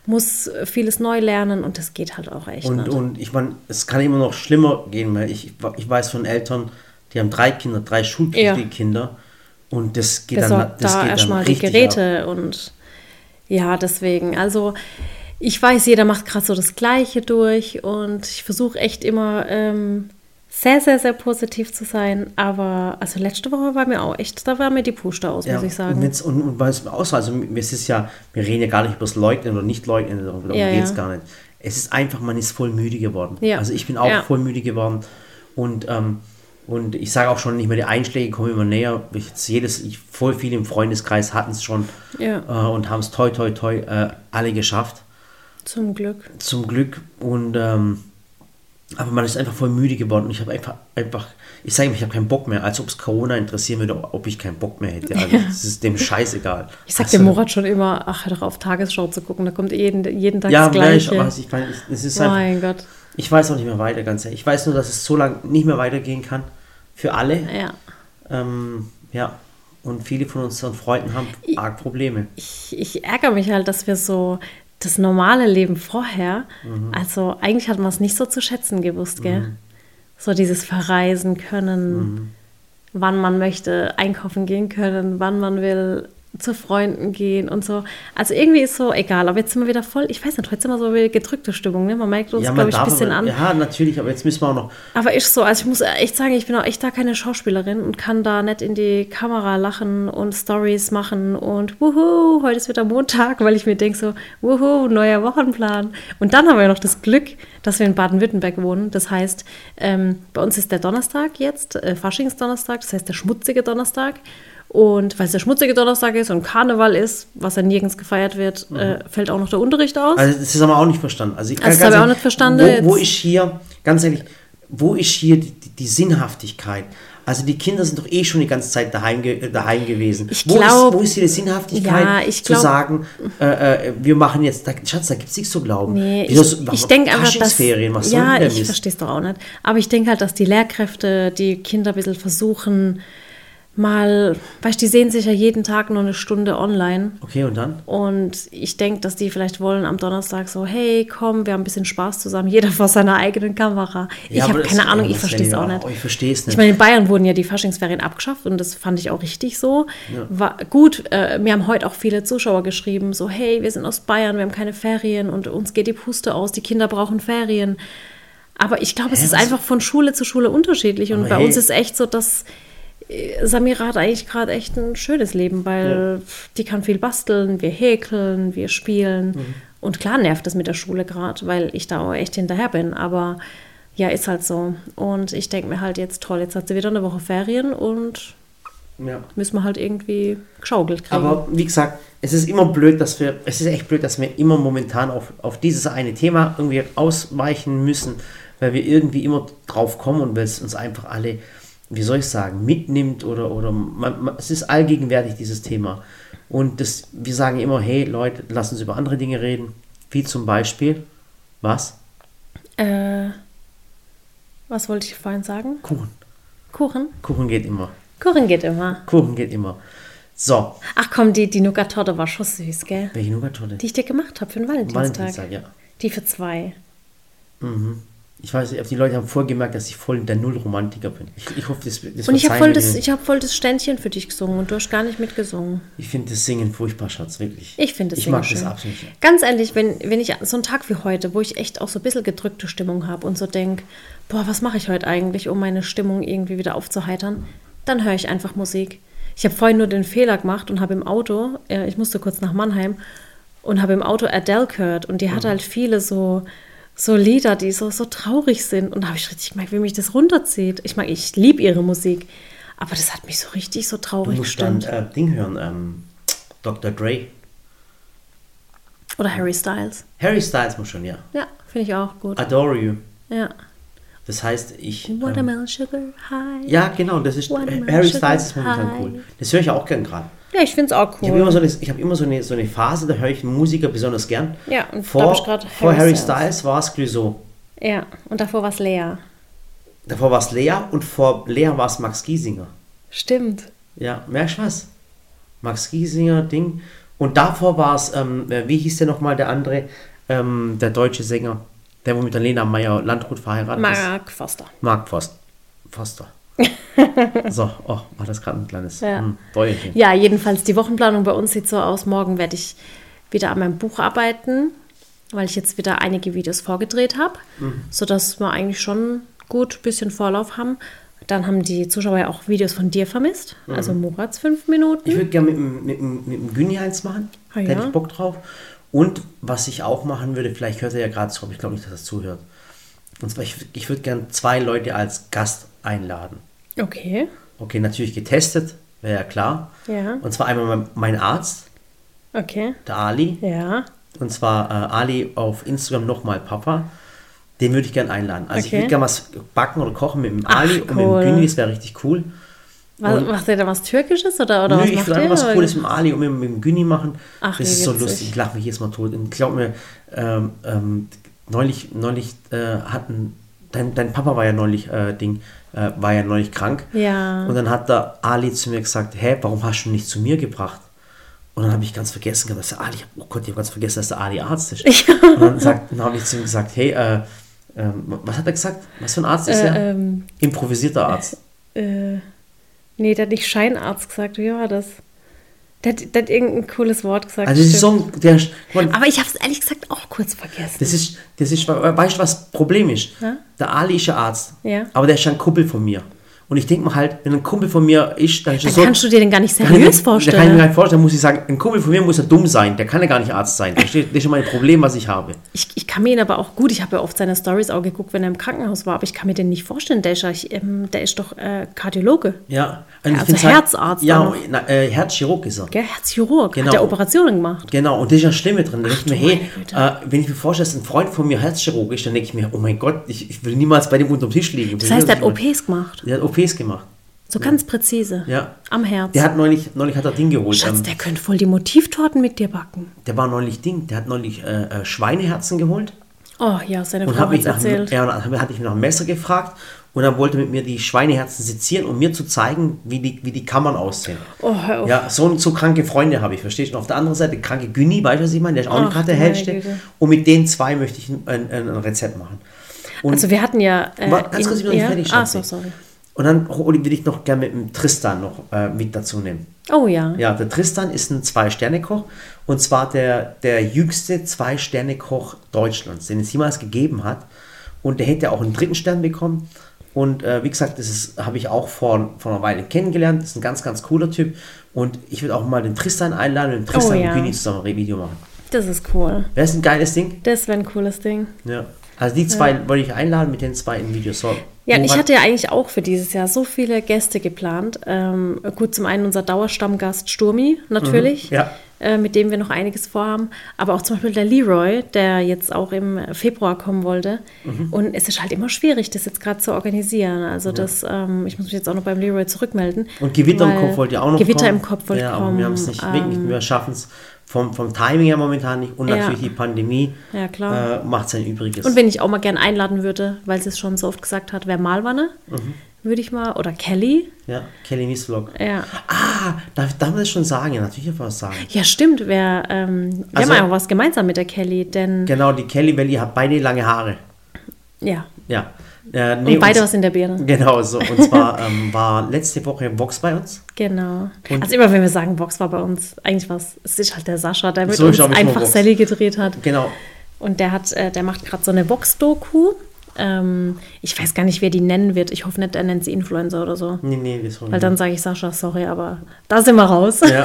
B: muss vieles neu lernen und das geht halt auch echt
A: Und,
B: nicht.
A: und ich meine, es kann immer noch schlimmer gehen, weil ich, ich weiß von Eltern, die haben drei Kinder, drei schulpflichtige
B: Ja.
A: Kinder. Und das geht dann,
B: besorgt
A: das
B: da
A: geht dann
B: erstmal die
A: richtig ab.
B: Geräte und ja, deswegen. Also ich weiß, jeder macht gerade so das Gleiche durch und ich versuche echt immer ähm, sehr, sehr, sehr positiv zu sein. Aber also letzte Woche war mir auch echt, da war mir die Puste aus, muss ich
A: Und,
B: sagen.
A: wenn's- und, und weil es mir aus, also mir- es ist ja, wir reden ja gar nicht über das Leugnen oder nicht Leugnen, darum
B: Ja,
A: geht es
B: ja.
A: gar nicht. Es ist einfach, man ist voll müde geworden.
B: Ja.
A: Also ich bin auch
B: Ja.
A: voll müde geworden und, ähm, und ich sage auch schon nicht mehr, die Einschläge kommen immer näher. Ich, jetzt jedes, ich, voll viele im Freundeskreis hatten es schon
B: Ja.
A: äh, und haben es toi toi toi äh, alle geschafft.
B: Zum Glück.
A: zum Glück und ähm, aber man ist einfach voll müde geworden und ich habe einfach einfach ich sage immer, ich habe keinen Bock mehr als ob es Corona interessieren würde ob ich keinen Bock mehr hätte also es ist dem scheißegal
B: <laughs> Ich sag
A: Also,
B: dem Murat schon immer, ach, hör doch auf Tagesschau zu gucken, da kommt jeden, jeden Tag
A: ja
B: das
A: gleich
B: Gleiche.
A: aber es- ich meine ich, es ist einfach,
B: mein Gott.
A: ich weiß auch nicht mehr weiter ganz ehrlich ich weiß nur dass es so lange nicht mehr weitergehen kann für alle
B: Ja.
A: ähm, ja und viele von unseren Freunden haben arg Probleme
B: ich, ich ärgere mich halt, dass wir so das normale Leben vorher, also eigentlich hat man es nicht so zu schätzen gewusst, gell? So dieses Verreisen können, wann man möchte, einkaufen gehen können, wann man will, zu Freunden gehen und so. Also irgendwie ist so egal, aber jetzt sind wir wieder voll, ich weiß nicht, heute sind wir so wie gedrückte Stimmung, ne? Man merkt uns, glaube ich, ein bisschen
A: aber,
B: an.
A: ja natürlich aber jetzt müssen wir auch noch
B: Aber ist so, also ich muss echt sagen, ich bin auch echt da keine Schauspielerin und kann da nicht in die Kamera lachen und Stories machen und wuhu, heute ist wieder Montag, weil ich mir denke so, wuhu, neuer Wochenplan. Und dann haben wir noch das Glück, dass wir in Baden-Württemberg wohnen. Das heißt, ähm, bei uns ist der Donnerstag jetzt, äh, Faschingsdonnerstag, das heißt der schmutzige Donnerstag. Und weil es der schmutzige Donnerstag ist und Karneval ist, was ja nirgends gefeiert wird, äh, fällt auch noch der Unterricht aus.
A: Also das haben wir auch nicht verstanden. Also, ich
B: Also, das
A: ganz
B: habe ich auch
A: ehrlich,
B: nicht verstanden
A: Wo, wo
B: jetzt.
A: ist hier, ganz ehrlich, wo ist hier die, die, die Sinnhaftigkeit? Also die Kinder sind doch eh schon die ganze Zeit daheim, ge, äh, daheim gewesen.
B: Ich
A: wo,
B: glaub-
A: ist, wo ist hier die Sinnhaftigkeit,
B: Ja, ich
A: zu
B: glaub-
A: sagen, äh, äh, wir machen jetzt, da, Schatz, da gibt es nichts zu glauben.
B: Nee,
A: Wieso
B: ich,
A: so-
B: ich denke einfach, dass...
A: Faschingsferien, was soll
B: ja,
A: denn der
B: ich
A: Mist?
B: verstehe es doch auch nicht. Aber ich denke halt, dass die Lehrkräfte die Kinder ein bisschen versuchen, mal... Weißt du, die sehen sich ja jeden Tag nur eine Stunde online.
A: Okay, und dann?
B: Und ich denke, dass die vielleicht wollen am Donnerstag so, hey, komm, wir haben ein bisschen Spaß zusammen, jeder vor seiner eigenen Kamera.
A: Ja,
B: ich
A: aber
B: habe
A: das-
B: keine Ahnung, ich
A: das
B: verstehe es
A: werden
B: auch
A: wir
B: nicht.
A: Ich verstehe es
B: Ich
A: nicht.
B: meine, in Bayern wurden ja die Faschingsferien abgeschafft und das fand ich auch richtig so. War gut, äh, mir haben heute auch viele Zuschauer geschrieben, so hey, wir sind aus Bayern, wir haben keine Ferien und uns geht die Puste aus, die Kinder brauchen Ferien. Aber ich glaube, es
A: Hä,
B: ist
A: was-
B: einfach von Schule zu Schule unterschiedlich und
A: Aber
B: bei
A: hey.
B: uns ist echt so, dass äh, Samira hat eigentlich gerade
A: Mhm.
B: echt ein schönes Leben, weil die kann viel basteln, wir häkeln, wir spielen Und klar nervt es mit der Schule gerade, weil ich da auch echt hinterher bin. Aber ja, ist halt so. Und ich denke mir halt jetzt, toll, jetzt hat sie wieder eine Woche Ferien und
A: Ja.
B: müssen wir halt irgendwie geschaukelt kriegen.
A: Aber wie gesagt, es ist immer blöd, dass wir, es ist echt blöd, dass wir immer momentan auf, auf dieses eine Thema irgendwie ausweichen müssen, weil wir irgendwie immer drauf kommen und weil es uns einfach alle, wie soll ich sagen, mitnimmt oder, oder man, man, es ist allgegenwärtig, dieses Thema. Und das, wir sagen immer, hey Leute, lasst uns über andere Dinge reden, wie zum Beispiel, was?
B: äh, was wollte ich vorhin sagen?
A: Kuchen.
B: Kuchen?
A: Kuchen geht immer.
B: Kuchen geht immer.
A: Kuchen geht immer. So,
B: Ach komm, die, die Nougat-Torte war schon süß, gell?
A: welche Nougat-Torte?
B: Die ich dir gemacht habe für den Valentinstag.
A: Valentinstag, ja.
B: Die für zwei.
A: Ich weiß nicht, ob die Leute haben vorgemerkt, dass ich voll der Nullromantiker bin. Ich, ich hoffe, das, das
B: Und ich habe
A: verzeihen
B: voll,
A: mir
B: das-
A: die.
B: ich hab voll das Ständchen für dich gesungen und du hast gar nicht mitgesungen.
A: Ich finde das Singen furchtbar, Schatz, wirklich.
B: Ich finde es
A: Ich mag
B: schön.
A: das absolut. nicht.
B: Ganz ehrlich, wenn, wenn ich so einen Tag wie heute, wo ich echt auch so ein bisschen gedrückte Stimmung habe und so denke, boah, was mache ich heute eigentlich, um meine Stimmung irgendwie wieder aufzuheitern, dann höre ich einfach Musik. Ich habe vorhin nur den Fehler gemacht und habe im Auto, äh, ich musste kurz nach Mannheim und habe im Auto Adele gehört und die
A: Mhm.
B: hat halt viele so, so Lieder, die so, so traurig sind und da habe ich richtig gemerkt, wie mich das runterzieht. Ich meine, ich liebe ihre Musik, aber das hat mich so richtig so
A: Du
B: traurig
A: musst dann
B: gestimmt.
A: äh, Ding hören, ähm, Dr. Dre.
B: Oder Harry Styles.
A: Harry Styles muss schon, ja.
B: Ja, finde ich auch gut.
A: Adore You.
B: Ja.
A: Das heißt, ich... Ähm,
B: Watermelon Sugar High.
A: ja, genau, das ist...
B: Watermelon
A: Harry
B: Sugar
A: Styles ist momentan
B: High.
A: cool. Das höre ich auch gern gerade.
B: Ja, ich finde es auch
A: Ich habe immer,
B: cool.
A: so eine, ich hab immer so, eine, so eine Phase, da höre ich einen Musiker besonders gern.
B: Ja, und da
A: vor,
B: hab ich grad
A: vor
B: Harry
A: Harry
B: Styles.
A: Styles war es Clouseau.
B: Ja, und davor war es leer.
A: Davor war es Lea und vor Lea war es Max Giesinger.
B: Stimmt.
A: Ja, merkst du was? Max Giesinger, Ding. Und davor war es, ähm, äh, wie hieß der nochmal, der andere, ähm, der deutsche Sänger, der wo mit der Lena Meyer Landrut verheiratet ist.
B: Mark Foster.
A: Mark Forst.
B: <laughs>
A: Foster. so, oh, war das gerade ein kleines
B: Ja.
A: hm, Bäuerchen.
B: Ja, jedenfalls die Wochenplanung bei uns sieht so aus. Morgen werde ich wieder an meinem Buch arbeiten, weil ich jetzt wieder einige Videos vorgedreht habe,
A: Mhm.
B: sodass wir eigentlich schon gut ein bisschen Vorlauf haben. Dann haben die Zuschauer ja auch Videos von dir vermisst,
A: Mhm.
B: also Morats fünf Minuten.
A: Ich würde gerne mit, dem- mit, dem- mit dem Günni eins machen.
B: Ah,
A: Da hätte
B: ja.
A: ich Bock drauf. Und was ich auch machen würde, vielleicht hört er ja gerade zu, aber ich glaube nicht, dass er zuhört. Und zwar, ich, ich würde gerne zwei Leute als Gast einladen.
B: Okay.
A: Okay, natürlich getestet, wäre ja klar.
B: Ja.
A: Und zwar einmal mein, mein Arzt,
B: Okay.
A: der Ali.
B: Ja.
A: Und zwar äh, Ali auf Instagram nochmal Papa. Den würde ich gerne einladen. Also ich
B: Okay.
A: würde gerne was backen oder kochen mit dem
B: Ach,
A: Ali und mit dem
B: cool.
A: Günni, das wäre richtig cool.
B: Was,
A: Und-
B: macht ihr da was Türkisches oder,
A: Also
B: oder
A: Nö,
B: was
A: ich
B: macht
A: will einfach
B: ihr?
A: was
B: Oder-
A: Cooles mit dem Ali und mit, mit dem Günni machen. das
B: Ach, wie
A: ist so
B: witzig.
A: lustig. Ich lache mich jedes Mal tot. Und glaub mir, ähm, ähm, neulich, neulich äh, hatten, dein, dein Papa war ja neulich äh, Ding, äh, war ja neulich krank.
B: Ja.
A: Und dann hat der Ali zu mir gesagt, hä, warum hast du ihn nicht zu mir gebracht? Und dann habe ich ganz vergessen, gehabt, dass der Ali, oh Gott, ich habe ganz vergessen, dass der Ali Arzt
B: <laughs>
A: ist. Und dann, sagt- dann habe ich zu ihm gesagt, hey, äh, ähm, was hat er gesagt? Was für ein Arzt ist
B: Äh,
A: er?
B: ähm,
A: Improvisierter Arzt.
B: Äh, nee, der hat nicht Scheinarzt gesagt. Wie war das? Der, hat- der hat irgendein cooles Wort gesagt.
A: Also das ist so
B: stimmt.
A: ein, der, man,
B: Aber ich habe es ehrlich gesagt auch kurz vergessen.
A: Das ist, das ist, weißt du, was das Problem ist? Der Ali ist ein Arzt,
B: Ja.
A: aber der ist ein Kumpel von mir. Und ich denke mir halt, wenn ein Kumpel von mir ist, dann ist
B: Dann
A: es so.
B: kannst du dir den gar nicht
A: kann ich mir-
B: seriös
A: Da kann ich mir gar
B: vorstellen. ne?
A: nicht vorstellen, muss ich sagen, ein Kumpel von mir muss ja dumm sein, der kann ja gar nicht Arzt sein. Das ist das ist schon mein Problem, was ich habe.
B: Ich, ich kann mir ihn aber auch gut, ich habe ja oft seine Stories auch geguckt, wenn er im Krankenhaus war, aber ich kann mir den nicht vorstellen. Der ist, ja- ich, ähm, der ist doch äh, Kardiologe,
A: Ja, und ich
B: also
A: find's halt-
B: Herzarzt
A: Ja,
B: auch noch.
A: na, äh, Herzchirurg ist er.
B: gell? Herzchirurg,
A: Genau.
B: hat der Operationen gemacht.
A: Genau, und das ist ja schlimm drin. Da denk ich mir, hey,
B: du
A: äh, wenn ich mir vorstelle, dass ein Freund von mir Herzchirurg ist, dann denke ich mir, oh mein Gott, ich, ich will niemals bei dem unter dem Tisch liegen.
B: Das heißt, der hat OPs gemacht.
A: Der hat OPs gemacht.
B: So ganz präzise.
A: Ja.
B: Am Herz.
A: Der hat neulich, neulich hat er Ding geholt.
B: Schatz,
A: ähm,
B: der könnte voll die Motivtorten mit dir backen.
A: Der war neulich Ding, der hat neulich äh, äh, Schweineherzen geholt
B: Oh ja, seine
A: und
B: Frau
A: habe
B: hat
A: ich nach,
B: erzählt.
A: ja, und dann hatte ich mich nach dem Messer gefragt und dann wollte er mit mir die Schweineherzen sezieren, um mir zu zeigen, wie die, wie die Kammern aussehen.
B: Oh, hör auf.
A: Ja, so, so kranke Freunde habe ich, verstehst du? Und auf der anderen Seite kranke Günni, weißt du, was ich meine? Der ist auch
B: Ach,
A: nicht gerade der
B: du meine
A: hellste.
B: Güte.
A: Und mit den zwei möchte ich ein, ein, ein Rezept machen. Und,
B: Also wir hatten ja... Äh,
A: Warte, ganz kurz, ich bin noch nicht fertig,
B: Ah,
A: Schatzi.
B: so, sorry.
A: und dann Oli, würde ich noch gerne mit dem Tristan noch äh, mit dazu nehmen.
B: Oh ja.
A: Ja, der Tristan ist ein Zwei-Sterne-Koch und zwar der, der jüngste Zwei-Sterne-Koch Deutschlands, den es jemals gegeben hat. Und der hätte auch einen dritten Stern bekommen. Und äh, wie gesagt, das ist- habe ich auch vor, vor einer Weile kennengelernt. Das ist ein ganz, ganz cooler Typ. Und ich würde auch mal den Tristan einladen und den Tristan
B: Oh ja.
A: und Güni zusammen ein Video machen.
B: Das ist cool.
A: Wäre es ein geiles Ding?
B: Das wäre ein cooles Ding.
A: Ja. Also die zwei wollte ich einladen, mit den zwei ein Video soll.
B: Ja, und ich
A: Murat-
B: hatte ja eigentlich auch für dieses Jahr so viele Gäste geplant. Ähm, gut, zum einen unser Dauerstammgast Sturmi, natürlich,
A: Mhm, ja.
B: äh, mit dem wir noch einiges vorhaben. Aber auch zum Beispiel der Leroy, der jetzt auch im Februar kommen wollte.
A: Mhm.
B: Und es ist halt immer schwierig, das jetzt gerade zu organisieren. Also das, ähm, ich muss mich jetzt auch noch beim Leroy zurückmelden.
A: Und Gewitter im
B: weil
A: Kopf wollt ihr auch noch
B: Gewitter
A: kommen.
B: im Kopf wollte
A: ja,
B: kommen. Ähm,
A: aber wir haben es nicht, wirklich nicht, wir schaffen es vom, vom Timing her momentan nicht und
B: Ja.
A: natürlich die Pandemie
B: Ja, klar.
A: Äh, macht sein Übriges.
B: Und wenn ich auch mal gern einladen würde, weil sie es schon so oft gesagt hat, wer Malwanne,
A: Mhm.
B: würde ich mal, oder Kelly,
A: ja, Kelly Nies Vlog.
B: ja.
A: Ah, darf, darf man das schon sagen? Ja, natürlich darf man das sagen.
B: Ja, stimmt. Wir, ähm, wir
A: Also-
B: haben ja auch was gemeinsam mit der Kelly, denn
A: Genau, die Kelly, weil ihr habt beide lange Haare.
B: ja,
A: Ja. Äh, nee,
B: und beide
A: und-
B: was in der Birne.
A: Genau so. Und
B: <laughs>
A: zwar ähm, war letzte Woche Vox bei uns.
B: Genau. also immer wenn wir sagen, Vox war bei uns, eigentlich was, es ist halt der Sascha, der mit
A: So ist
B: uns
A: auch nicht nur
B: einfach
A: Vox.
B: Sally gedreht hat.
A: Genau.
B: Und der hat, äh, der macht gerade so eine Vox-Doku. Ähm, ich weiß gar nicht, wer die nennen wird. Ich hoffe nicht, er nennt sie Influencer oder so.
A: Nee, nee, wir sollen.
B: Weil dann sage ich Sascha, sorry, aber da sind wir raus.
A: Mhm.
B: <laughs>
A: Ja.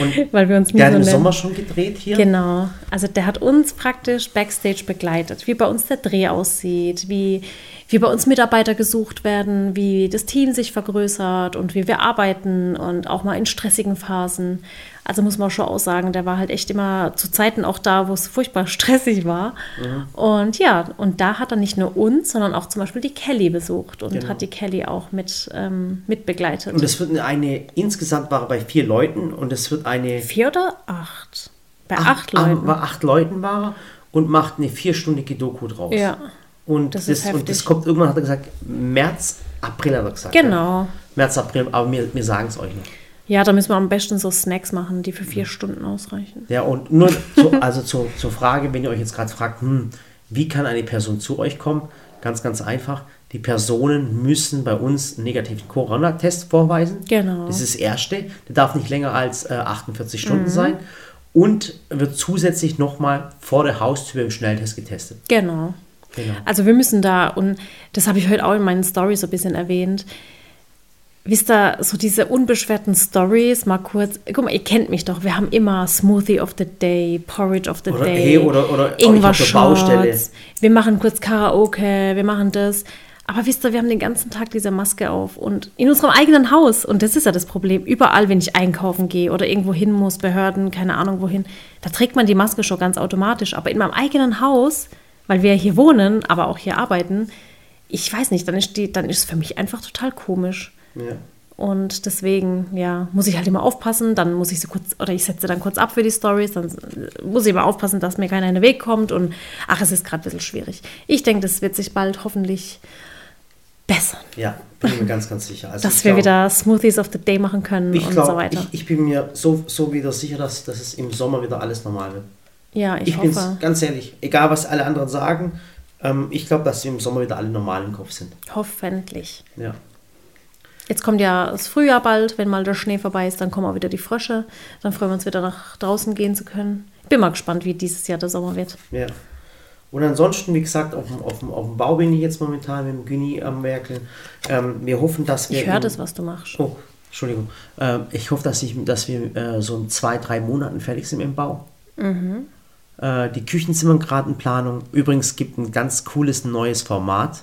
A: Und
B: Weil wir uns nie
A: der hat
B: so
A: im
B: nennen.
A: Sommer schon gedreht hier.
B: Genau. Also der hat uns praktisch backstage begleitet, wie bei uns der Dreh aussieht, wie, wie bei uns Mitarbeiter gesucht werden, wie das Team sich vergrößert und wie wir arbeiten und auch mal in stressigen Phasen. Also muss man schon auch sagen, der war halt echt immer zu Zeiten auch da, wo es furchtbar <laughs> stressig war.
A: Mhm.
B: Und ja, und da hat er nicht nur uns, sondern auch zum Beispiel die Kelly besucht und
A: Genau.
B: hat die Kelly auch mit, ähm, mit begleitet.
A: Und es wird eine, eine, insgesamt war er bei vier Leuten und es wird eine.
B: Vier oder acht? Bei acht, Leuten.
A: War, acht Leuten war er und macht eine vierstündige Doku draus.
B: Ja.
A: Und das,
B: Das ist
A: und das
B: heftig.
A: kommt irgendwann, hat er gesagt, März, April hat er gesagt.
B: Genau.
A: Ja. März, April, aber wir, wir sagen es euch nicht.
B: Ja, da müssen wir am besten so Snacks machen, die für vier Stunden ausreichen.
A: Ja, und nur zu,
B: <laughs>
A: also zur, zur Frage, wenn ihr euch jetzt gerade fragt, hm, wie kann eine Person zu euch kommen? Ganz, ganz einfach. Die Personen müssen bei uns einen negativen Corona-Test vorweisen.
B: Genau.
A: Das ist das Erste. Der darf nicht länger als äh, 48
B: Mhm.
A: Stunden sein. Und wird zusätzlich nochmal vor der Haustür im Schnelltest getestet.
B: Genau.
A: Genau.
B: Also wir müssen da, und das habe ich heute auch in meinen Stories so ein bisschen erwähnt, wisst ihr, so diese unbeschwerten Stories, mal kurz, guck mal, ihr kennt mich doch, wir haben immer Smoothie of the Day, Porridge of the
A: Oder-
B: Day,
A: hey, oder- oder
B: ingwer
A: auf der Baustelle.
B: wir machen kurz Karaoke, wir machen das. Aber wisst ihr, wir haben den ganzen Tag diese Maske auf und in unserem eigenen Haus. Und das ist ja das Problem. Überall, wenn ich einkaufen gehe oder irgendwo hin muss, Behörden, keine Ahnung wohin, da trägt man die Maske schon ganz automatisch. Aber in meinem eigenen Haus, weil wir ja hier wohnen, aber auch hier arbeiten, ich weiß nicht, dann ist, die, dann ist es für mich einfach total komisch.
A: Ja.
B: Und deswegen, ja, muss ich halt immer aufpassen. Dann muss ich sie kurz, oder ich setze dann kurz ab für die Stories. Dann muss ich immer aufpassen, dass mir keiner in den Weg kommt. Und ach, es ist gerade ein bisschen schwierig. Ich denke, das wird sich bald hoffentlich bessern,
A: Ja, bin ich mir ganz, ganz sicher. Also
B: dass
A: ich
B: wir
A: glaub-
B: wieder Smoothies of the Day machen können
A: ich
B: und
A: glaub,
B: so weiter.
A: Ich, ich bin mir so, so wieder sicher, dass, dass es im Sommer wieder alles normal wird.
B: ja, ich,
A: Ich, bin's
B: hoffe,
A: ganz ehrlich, egal was alle anderen sagen, ähm, ich glaube, dass wir im Sommer wieder alle normal im Kopf sind.
B: hoffentlich.
A: Ja.
B: Jetzt kommt ja das Frühjahr bald, wenn mal der Schnee vorbei ist, dann kommen auch wieder die Frösche. Dann freuen wir uns wieder nach draußen gehen zu können. Bin mal gespannt, wie dieses Jahr der Sommer wird.
A: ja. Und ansonsten, wie gesagt, auf dem, auf, dem, auf dem Bau bin ich jetzt momentan mit dem Güni am Werkeln. Ähm, wir hoffen, dass wir.
B: Ich höre
A: im-
B: das, was du machst.
A: Oh, Entschuldigung. Ähm, ich hoffe, dass, ich, dass wir äh, so in zwei, drei Monaten fertig sind im Bau.
B: Mhm.
A: Äh, die Küchen sind gerade in Planung. Übrigens gibt ein ganz cooles neues Format.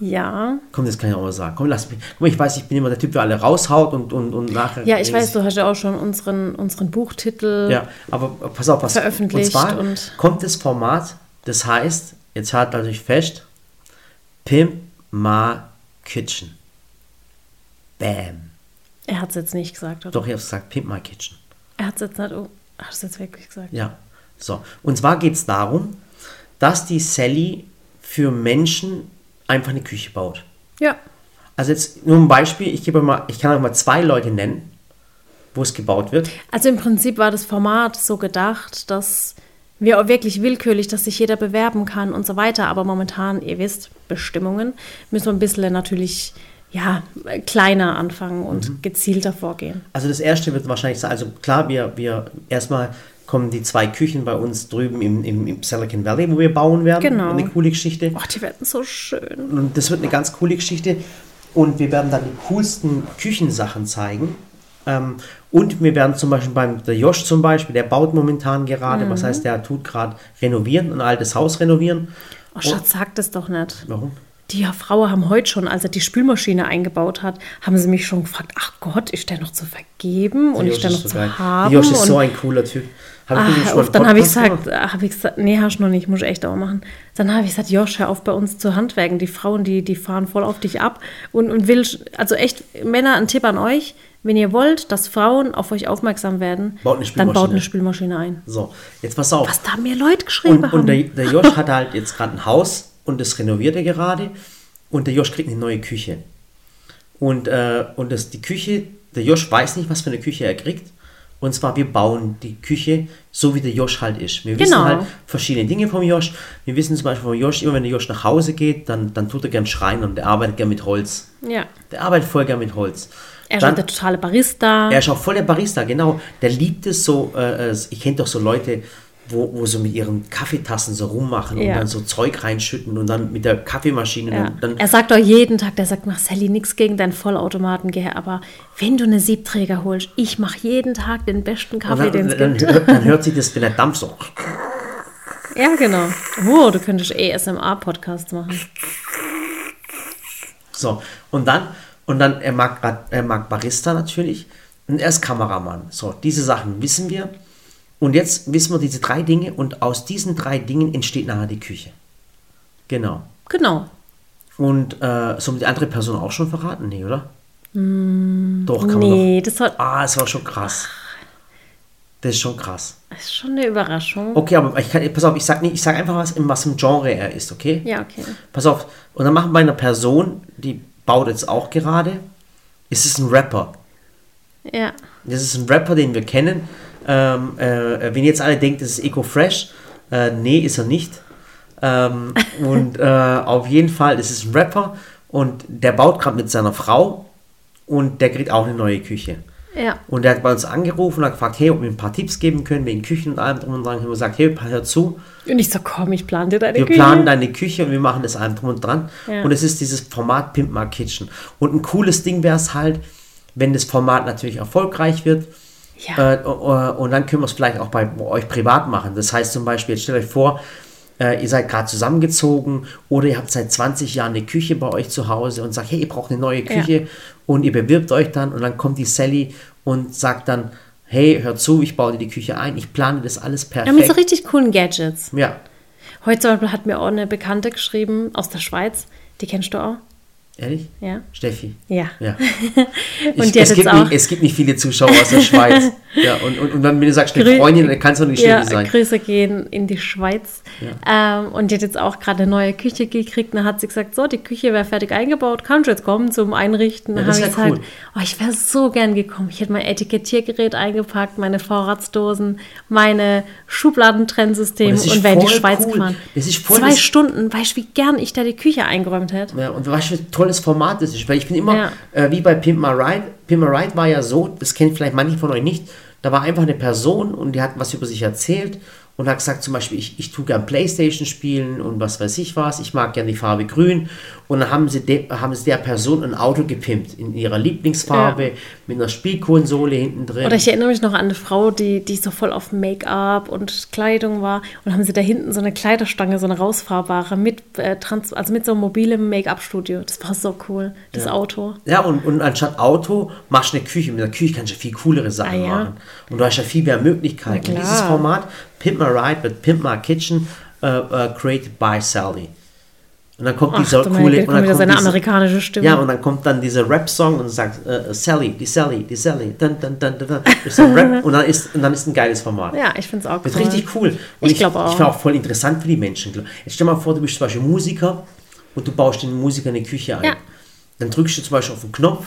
B: Ja,
A: Komm, das kann ich auch mal sagen. Komm, lass mich. Komm, ich weiß, ich bin immer der Typ, der alle raushaut und, und, und nachher.
B: Ja, ich weiß, du hast ja auch schon unseren, unseren Buchtitel.
A: Ja, aber pass auf, was
B: Veröffentlicht
A: Und zwar
B: und-
A: kommt das Format, das heißt, jetzt halt natürlich fest: Pimp My Kitchen. Bam.
B: Er hat es jetzt nicht gesagt, oder?
A: Doch, ich hab's gesagt: Pimp My Kitchen.
B: Er hat es jetzt nicht. Oh, hast es jetzt wirklich gesagt?
A: Ja, so. Und zwar geht es darum, dass die Sally für Menschen einfach eine Küche baut.
B: Ja.
A: Also jetzt nur ein Beispiel, ich gebe mal, ich kann euch mal zwei Leute nennen, wo es gebaut wird.
B: Also im Prinzip war das Format so gedacht, dass wir auch wirklich willkürlich, dass sich jeder bewerben kann und so weiter. Aber momentan, ihr wisst, Bestimmungen müssen wir ein bisschen natürlich ja, kleiner anfangen und
A: Mhm.
B: gezielter vorgehen.
A: Also das erste wird wahrscheinlich sein, also klar, wir, wir erstmal kommen die zwei Küchen bei uns drüben im, im, im Silicon Valley, wo wir bauen werden.
B: Genau.
A: Eine coole Geschichte.
B: Oh, die werden so schön.
A: Und das wird eine ganz coole Geschichte. Und wir werden dann die coolsten Küchensachen zeigen. Ähm, Und wir werden zum Beispiel beim der Josh zum Beispiel, der baut momentan gerade,
B: Mhm.
A: was heißt, der tut gerade renovieren, ein altes Haus renovieren.
B: Oh, Schatz, sag das doch nicht.
A: Warum?
B: Die Frau haben heute schon, als er die Spülmaschine eingebaut hat, haben sie mich schon gefragt, ach Gott, ist der noch zu vergeben und
A: Der
B: ist der noch
A: so
B: zu
A: geil.
B: haben?
A: Der Josh ist
B: und
A: so ein cooler Typ. Hab mit ihm
B: Ah,
A: schon
B: auf,
A: einen
B: dann habe ich
A: Podcast
B: gesagt,
A: gemacht?
B: hab ich gesagt, nee, hast du noch nicht, muss ich echt auch machen. Dann habe ich gesagt, Josh, hör auf bei uns zu handwerken. Die Frauen, die, die fahren voll auf dich ab und, und will, also echt, Männer, ein Tipp an euch, wenn ihr wollt, dass Frauen auf euch aufmerksam werden,
A: Baut eine
B: dann baut
A: Spülmaschine.
B: eine Spülmaschine ein.
A: So, jetzt pass auf.
B: Was da mir Leute geschrieben
A: Und,
B: haben.
A: und der, der Josh hat halt jetzt gerade ein Haus und das renoviert er gerade. Und der Josh kriegt eine neue Küche. Und, äh, und das, die Küche, der Josh weiß nicht, was für eine Küche er kriegt. Und zwar, wir bauen die Küche so, wie der Josh halt ist. Wir wissen
B: Genau.
A: halt verschiedene Dinge vom Josh. Wir wissen zum Beispiel vom Josh, immer wenn der Josh nach Hause geht, dann, dann tut er gern schreien und der arbeitet gern mit Holz.
B: <laughs> ja.
A: Der arbeitet voll gern mit Holz.
B: Er ist auch
A: Dann-
B: der totale Barista.
A: er ist auch voll der Barista, genau. Der liebt es so, äh, äh, ich kenne doch so Leute, wo, wo so mit ihren Kaffeetassen so rummachen
B: Ja.
A: und dann so Zeug reinschütten und dann mit der Kaffeemaschine
B: Ja.
A: dann, dann
B: er sagt euch jeden Tag, der sagt, mach Sally nichts gegen deinen Vollautomaten, gell, aber wenn du eine Siebträger holst, ich mache jeden Tag den besten Kaffee,
A: und
B: den
A: dann,
B: es
A: dann,
B: gibt.
A: hört, dann hört sich das, wenn der Dampf so.
B: Ja, genau. Oh, du könntest ASMR-Podcast machen.
A: So. Und dann, und dann, er mag, Bar- er mag Barista natürlich und er ist Kameramann. So, diese Sachen wissen wir. Und jetzt wissen wir diese drei Dinge und aus diesen drei Dingen entsteht nachher die Küche. Genau.
B: Genau.
A: Und äh, somit die andere Person auch schon verraten? Nee, oder? Doch, kann man doch.
B: Hm, Nee, das war
A: Ah, es war schon krass. Das ist schon krass.
B: das ist schon eine Überraschung.
A: Okay, aber ich kann, pass auf, ich sag, nicht, ich sag einfach, was, in was im Genre er ist, okay?
B: Ja, okay.
A: Pass auf, und dann machen wir eine Person, die baut jetzt auch gerade. Es ist ein Rapper.
B: Ja.
A: Das ist ein Rapper, den wir kennen. Ähm, äh, wenn ihr jetzt alle denkt, das ist Eco Fresh, äh, nee, ist er nicht. Ähm, und äh, auf jeden Fall, das ist ein Rapper und der baut gerade mit seiner Frau und der kriegt auch eine neue Küche.
B: Ja.
A: Und der hat bei uns angerufen und hat gefragt, hey, ob wir ein paar Tipps geben können wegen Küchen und allem drum und dran. Haben wir gesagt, hey, hör zu,
B: Und ich so, komm, ich plane dir deine
A: wir
B: Küche.
A: planen deine Küche und wir machen das allem drum und dran.
B: Ja.
A: Und es ist dieses Format Pimp My Kitchen. Und ein cooles Ding wäre es halt, wenn das Format natürlich erfolgreich wird.
B: Ja.
A: Äh, äh, und dann können wir es vielleicht auch bei euch privat machen. Das heißt zum Beispiel, jetzt stellt euch vor, äh, ihr seid gerade zusammengezogen oder ihr habt seit 20 Jahren eine Küche bei euch zu Hause und sagt, hey, ihr braucht eine neue Küche und ihr bewirbt euch dann und dann kommt die Sally und sagt dann, hey, hör zu, ich baue dir die Küche ein, ich plane das alles
B: Wir haben mit so
A: perfekt.
B: richtig coolen Gadgets.
A: Ja,
B: Heute zum Beispiel hat mir auch eine Bekannte geschrieben aus der Schweiz. Die kennst du auch?
A: ehrlich?
B: Ja.
A: Steffi.
B: Ja.
A: Ja.
B: <laughs> Und
A: Ich,
B: die
A: es,
B: hat jetzt
A: gibt
B: auch.
A: nicht, es gibt nicht viele Zuschauer aus der
B: <laughs>
A: Schweiz. ja, und, und, und dann, wenn du sagst, eine
B: Grü-
A: Freundin, dann kannst du nicht
B: ja,
A: Steffi sein.
B: Grüße gehen in die Schweiz. Ähm, und die hat jetzt auch gerade eine neue Küche gekriegt. Und dann hat sie gesagt, so, die Küche wäre fertig eingebaut. Kannst du jetzt kommen zum Einrichten?
A: Ja,
B: Dann
A: das
B: habe ich
A: ist ja
B: gesagt,
A: cool.
B: oh, ich wäre so gern gekommen. Ich hätte mein Etikettiergerät eingepackt, meine Vorratsdosen, meine
A: Und
B: Schubladentrennsysteme
A: Oh, das
B: und,
A: ist
B: wäre in die
A: voll
B: Schweiz
A: cool.
B: gefahren.
A: Das ist voll
B: Zwei
A: das-
B: Stunden. Weißt du, wie gern ich da die Küche eingeräumt hätte?
A: Ja, und weißt du, was für ein tolles Format das ist? Weil ich bin immer,
B: Ja.
A: äh, wie bei Pimp My Ride, Pimp My Ride war ja so, das kennen vielleicht manche von euch nicht, da war einfach eine Person und die hat was über sich erzählt und hat gesagt zum Beispiel, ich, ich tue gern Playstation spielen und was weiß ich was, ich mag gern die Farbe grün und dann haben sie, de, haben sie der Person ein Auto gepimpt in ihrer Lieblingsfarbe, mit einer Spielkonsole hinten drin.
B: Oder ich erinnere mich noch an eine Frau, die, die so voll auf Make-up und Kleidung war. Und haben sie da hinten so eine Kleiderstange, so eine rausfahrbare, mit, äh, trans also mit so einem mobilen Make-up-Studio. Das war so cool, das Auto.
A: Ja, und, und anstatt Auto machst du eine Küche. Mit der Küche kannst du viel coolere Sachen
B: Ah, ja.
A: machen. Und du hast ja viel mehr Möglichkeiten.
B: Na klar.
A: Dieses Format, Pimp My Ride mit Pimp My Kitchen, äh, äh, created by Sally. Und dann kommt
B: Ach,
A: dieser
B: du meine
A: coole...
B: Güte,
A: und
B: kommt wieder seine
A: diese-
B: amerikanische Stimme.
A: Ja, und dann kommt dann dieser Rap-Song und sagt, äh, äh, Sally, die Sally, die Sally, dann, dann, dann, dann, dann. Ist so ein
B: <laughs>
A: Rap und dann ist, und dann ist ein geiles Format.
B: Ja, ich finde es auch
A: Wird
B: cool.
A: richtig cool. Und
B: Ich glaub auch.
A: Ich war auch voll interessant für die Menschen. Jetzt stell mal vor, du bist zum Beispiel Musiker und du baust den Musiker eine Küche ein.
B: Ja.
A: Dann drückst du zum Beispiel auf den Knopf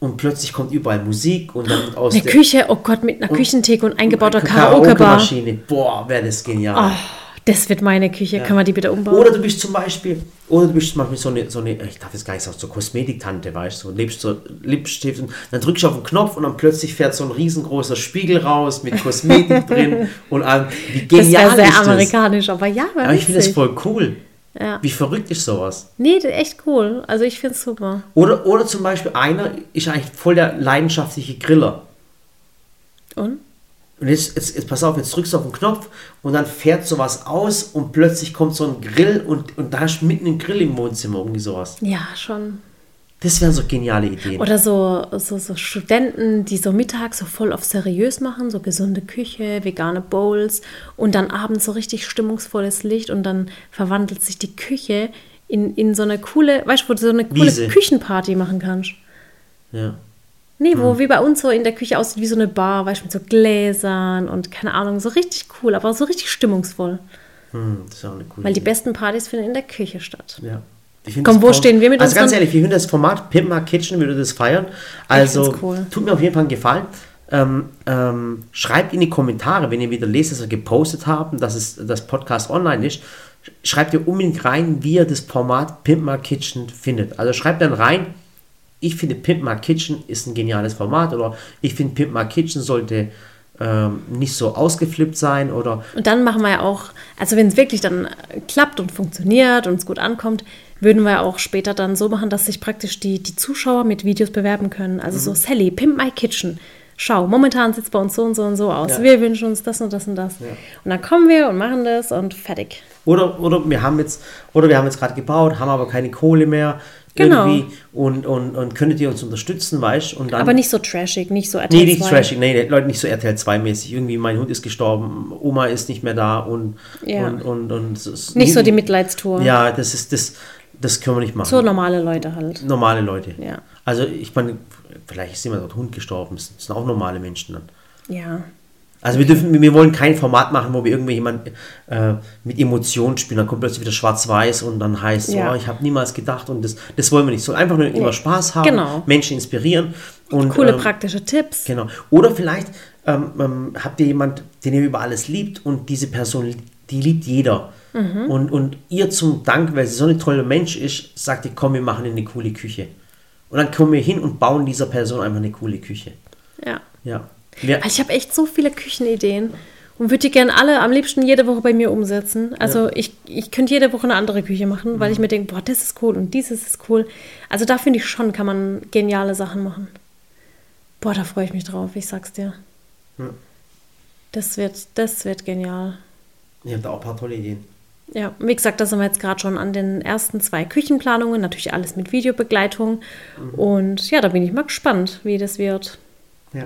A: und plötzlich kommt überall Musik und dann wird aus
B: Eine
A: der
B: Küche, oh Gott, mit einer Küchentheke und eingebauter Karaoke-Bar.
A: Karaoke-Maschine. Boah, wäre das genial.
B: Oh, das wird meine Küche. Können wir die bitte umbauen?
A: Oder du bist zum Beispiel, oder du bist zum Beispiel so eine, so eine ich darf jetzt gar nicht sagen, so Kosmetiktante, weißt du, so lebst so Lippenstift und dann drückst du auf den Knopf und dann plötzlich fährt so ein riesengroßer Spiegel raus mit Kosmetik
B: <laughs>
A: drin und allem. Wie
B: das
A: genial
B: wäre sehr
A: ist das?
B: amerikanisch, aber ja, wär
A: Aber ich finde das voll
B: witzig.
A: cool.
B: Ja.
A: Wie verrückt ist sowas?
B: Nee, echt cool. Also ich finde es super.
A: Oder, oder zum Beispiel einer ist eigentlich voll der leidenschaftliche Griller.
B: Und?
A: Und jetzt, jetzt, jetzt pass auf, jetzt drückst du auf den Knopf und dann fährt sowas aus und plötzlich kommt so ein Grill und, und da hast du mitten einen Grill im Wohnzimmer, irgendwie sowas.
B: Ja, schon.
A: Das wären so geniale Ideen.
B: Oder so, so, so Studenten, die so mittags so voll auf seriös machen, so gesunde Küche, vegane Bowls und dann abends so richtig stimmungsvolles Licht und dann verwandelt sich die Küche in, in so eine coole, weißt du, wo du so eine coole
A: Wiese.
B: Küchenparty machen kannst.
A: ja.
B: Nee, wo
A: Hm.
B: wie bei uns so in der Küche aussieht wie so eine Bar, weißt du, mit so Gläsern und keine Ahnung, so richtig cool, aber so richtig stimmungsvoll.
A: Hm, das ist auch eine coole
B: Weil die
A: Idee.
B: besten Partys finden in der Küche statt.
A: Ja. Ich find
B: Komm,
A: das
B: wo
A: Form-
B: stehen wir mit
A: Also ganz
B: unseren-
A: ehrlich, wir finden das Format Pimp My Kitchen, würde das feiern. Also
B: find's cool.
A: tut mir auf jeden Fall einen Gefallen. Ähm, ähm, schreibt in die Kommentare, wenn ihr wieder lest, dass wir gepostet haben, dass es das Podcast online ist. Schreibt ihr unbedingt rein, wie ihr das Format Pimp My Kitchen findet. Also schreibt dann rein, ich finde Pimp My Kitchen ist ein geniales Format oder ich finde Pimp My Kitchen sollte ähm, nicht so ausgeflippt sein oder
B: Und dann machen wir ja auch, also wenn es wirklich dann äh, klappt und funktioniert und es gut ankommt, würden wir ja auch später dann so machen, dass sich praktisch die, die Zuschauer mit Videos bewerben können. Also
A: Mhm.
B: so, Sally, pimp my kitchen. Schau, momentan sieht es bei uns so und so und so aus.
A: Ja.
B: Wir wünschen uns das und das und das. Und dann kommen wir und machen das und fertig.
A: Oder, oder wir haben jetzt, oder wir haben jetzt gerade gebaut, haben aber keine Kohle mehr
B: Genau.
A: irgendwie und, und, und könntet ihr uns unterstützen, weißt und dann.
B: Aber nicht so trashig, nicht so
A: nee,
B: RTL
A: nicht
B: 2.
A: trashig, nee, nee, Leute, nicht so RTL 2 mäßig. Irgendwie, mein Hund ist gestorben, Oma ist nicht mehr da und
B: Ja.
A: und, und, und es ist-
B: Nicht so die Mitleidstour.
A: Ja, das ist das, das können wir nicht machen.
B: So normale Leute halt.
A: Normale Leute.
B: Ja.
A: Also ich meine, vielleicht ist jemand dort Hund gestorben, das sind auch normale Menschen dann.
B: Ja.
A: Also wir dürfen, wir wollen kein Format machen, wo wir irgendjemand äh, mit Emotionen spielen. Dann kommt plötzlich wieder Schwarz-Weiß und dann heißt,
B: Ja.
A: oh, ich habe niemals gedacht und das, das wollen wir nicht. Soll einfach nur immer Spaß haben,
B: Genau.
A: Menschen inspirieren und
B: Coole
A: ähm,
B: praktische Tipps.
A: Genau. Oder vielleicht ähm, ähm, habt ihr jemand, den ihr über alles liebt und diese Person, die liebt jeder.
B: Mhm.
A: Und, und ihr zum Dank, weil sie so ein toller Mensch ist, sagt ihr, komm, wir machen eine coole Küche. Und dann kommen wir hin und bauen dieser Person einfach eine coole Küche.
B: Ja.
A: Ja. Wir,
B: Weil Ich habe echt so viele Küchenideen und würde die gerne alle am liebsten jede Woche bei mir umsetzen. Also ich, ich könnte jede Woche eine andere Küche machen, weil ich mir denke, boah, das ist cool und dieses ist cool. Also da finde ich schon, kann man geniale Sachen machen. Boah, da freue ich mich drauf, ich sag's dir. Das wird, das wird genial.
A: ihr habt auch ein paar tolle Ideen.
B: Ja, wie gesagt, da sind wir jetzt gerade schon an den ersten zwei Küchenplanungen, natürlich alles mit Videobegleitung. Und ja, da bin ich mal gespannt, wie das wird.
A: Ja.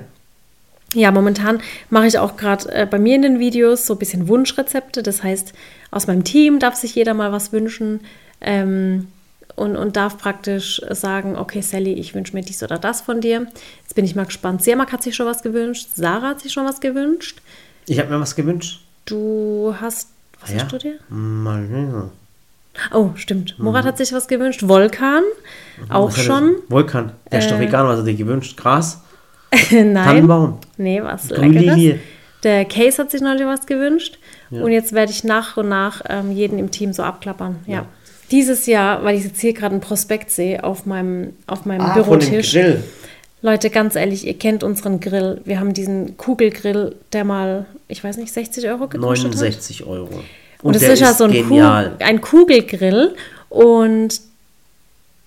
B: Ja, momentan mache ich auch gerade äh, bei mir in den Videos so ein bisschen Wunschrezepte. Das heißt, aus meinem Team darf sich jeder mal was wünschen ähm, und, und darf praktisch sagen, okay, Sally, ich wünsche mir dies oder das von dir. Jetzt bin ich mal gespannt. Semak hat sich schon was gewünscht, Sarah hat sich schon was gewünscht.
A: Ich habe mir was gewünscht.
B: Du hast, was
A: ja.
B: hast du dir?
A: Mal, ja.
B: Oh, stimmt. Murat hat sich was gewünscht, Volkan
A: Mhm.
B: auch
A: Was hat er-
B: schon. Äh,
A: Vulkan. Der ist doch vegan, was hat er dir gewünscht? Gras?
B: <laughs> Nein.
A: Tannenbaum.
B: Nee, was
A: Grünlinie.
B: Leckeres. Der Case hat sich neulich was gewünscht. Und jetzt werde ich nach und nach ähm, jeden im Team so abklappern. Ja. Dieses Jahr, weil ich jetzt hier gerade einen Prospekt sehe auf meinem, auf meinem
A: Ah, von dem
B: Bürotisch.
A: Grill.
B: Leute, ganz ehrlich, ihr kennt unseren Grill. Wir haben diesen Kugelgrill, der mal, ich weiß nicht, 60 Euro gekostet hat.
A: 69 Euro. Und,
B: Und es
A: der
B: ist ja so ein,
A: genial.
B: Kugel, ein Kugelgrill. Und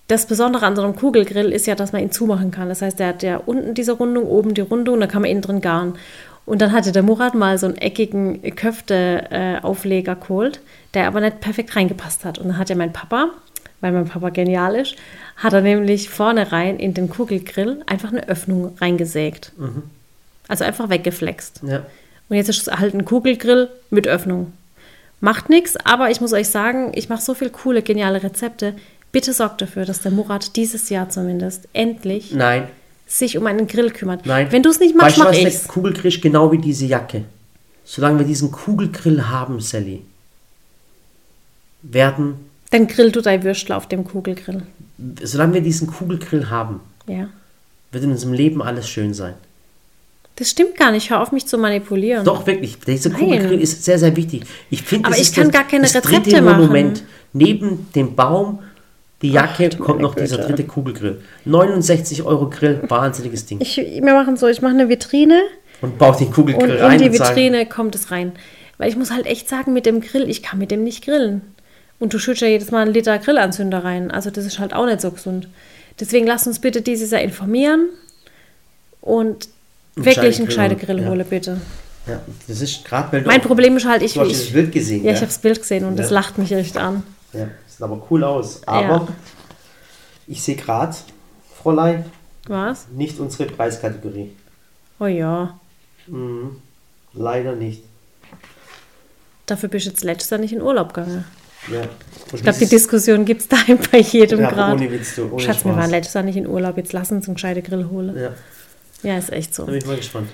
B: das Besondere an so einem Kugelgrill ist ja, dass man ihn zumachen kann. Das heißt, der hat ja unten diese Rundung, oben die Rundung, da kann man innen drin garen. Und dann hatte der Murat mal so einen eckigen Köfte-Aufleger geholt, der aber nicht perfekt reingepasst hat. Und dann hat ja mein Papa, weil mein Papa genial ist, hat er nämlich vorne rein in den Kugelgrill einfach eine Öffnung reingesägt. Also einfach weggeflext.
A: Ja.
B: Und jetzt ist es halt ein Kugelgrill mit Öffnung. Macht nichts, aber ich muss euch sagen, ich mache so viel coole, geniale Rezepte. Bitte sorgt dafür, dass der Murat dieses Jahr zumindest endlich
A: Nein,
B: sich um einen Grill kümmert.
A: Hm. nein.
B: Wenn du es nicht
A: weißt,
B: machst,
A: du,
B: mach
A: was der
B: ich's.
A: Kugelgrill ist genau wie diese Jacke. Solange wir diesen Kugelgrill haben, Sally, werden,
B: Dann grill du dein Würstel auf dem Kugelgrill.
A: solange wir diesen Kugelgrill haben,
B: Ja.
A: wird in unserem Leben alles schön sein.
B: Das stimmt gar nicht. Hör auf, mich zu manipulieren.
A: Doch, wirklich. Dieser
B: Nein.
A: Kugelgrill ist sehr, sehr wichtig. Ich finde,
B: Aber
A: das
B: ich
A: ist
B: kann
A: das-
B: gar keine
A: das
B: Rezepte
A: dritte
B: machen.
A: Monument. Neben dem Baum, die Jacke,
B: du
A: kommt
B: meine
A: noch dieser
B: Güte.
A: dritte Kugelgrill. 69 Euro Grill, wahnsinniges Ding.
B: Ich, wir machen so, ich mache eine Vitrine
A: Und baut den
B: und
A: Kugelgrill rein.
B: in die
A: und sagen,
B: Vitrine kommt es rein. Weil ich muss halt echt sagen, mit dem Grill, ich kann mit dem nicht grillen. Und du schüttest ja jedes Mal einen Liter Grillanzünder rein. Also das ist halt auch nicht so gesund. Deswegen lasst uns bitte dieses Jahr informieren und Wirklich einen
A: gescheiten
B: gescheiten Grill
A: ja.
B: hole, bitte.
A: Ja, das ist gerade, weil du,
B: Mein Problem ist halt, ich.
A: du hast das
B: ich
A: Bild gesehen.
B: ja,
A: Ja,
B: ich habe das Bild gesehen und das
A: Ja.
B: lacht mich echt an.
A: ja, sieht aber cool aus. Aber ich sehe gerade, Fräulein,
B: Was?
A: nicht unsere Preiskategorie.
B: Oh ja.
A: Leider nicht.
B: Dafür bist du jetzt letztes Jahr nicht in Urlaub gegangen.
A: Ja. Und
B: Ich glaube, die Diskussion gibt es daheim <laughs> bei jedem
A: ja, aber ohne
B: gerade.
A: Witz, du, ohne
B: Schatz, wir
A: Spaß.
B: waren letztes Jahr nicht in Urlaub, jetzt lass uns einen gescheiten Grill holen.
A: Ja,
B: Ja. ist echt so.
A: da bin ich mal gespannt.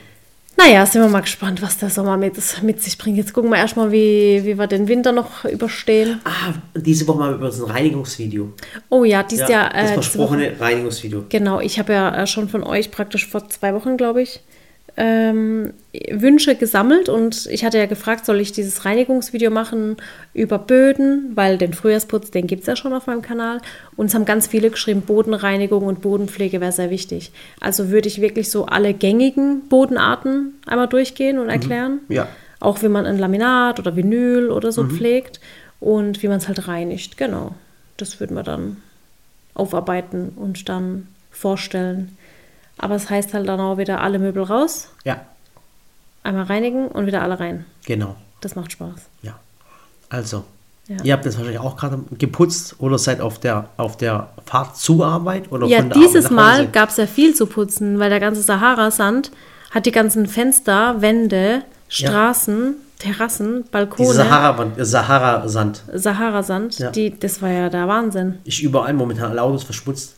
B: Naja, sind wir mal gespannt, was der Sommer mit, mit sich bringt. Jetzt gucken wir erstmal, wie, wie wir den Winter noch überstehen.
A: Ah, diese Woche mal über das Reinigungsvideo.
B: Oh ja, dies
A: Ja,
B: Jahr.
A: das
B: äh, diese Woche-
A: versprochene Reinigungsvideo.
B: Genau, ich habe ja äh, schon von euch praktisch vor zwei Wochen, glaube ich, ähm, Wünsche gesammelt und ich hatte ja gefragt, soll ich dieses Reinigungsvideo machen über Böden, weil den Frühjahrsputz, den gibt es ja schon auf meinem Kanal. Uns haben ganz viele geschrieben, Bodenreinigung und Bodenpflege wäre sehr wichtig. Also würde ich wirklich so alle gängigen Bodenarten einmal durchgehen und erklären.
A: Ja.
B: Auch wie man ein Laminat oder Vinyl oder so pflegt und wie man es halt reinigt. Genau. Das würden wir dann aufarbeiten und dann vorstellen. Aber es heißt halt dann auch wieder alle Möbel raus,
A: Ja,
B: einmal reinigen und wieder alle rein.
A: genau.
B: Das macht Spaß.
A: Ja. Also,
B: Ja.
A: ihr habt jetzt wahrscheinlich auch gerade geputzt oder seid auf der, auf der Fahrt zur Arbeit oder
B: Ja,
A: von der
B: dieses
A: Arbeit nach
B: Mal
A: Hause.
B: gab es ja viel zu putzen, weil der ganze Sahara-Sand hat die ganzen Fenster, Wände, Straßen, Terrassen,
A: Diese
B: Balkone,
A: Sahara-Wand- äh, Sahara-Sand
B: Sahara-Sand,
A: Ja.
B: die, das war ja der Wahnsinn.
A: ist überall momentan alle Autos verschmutzt.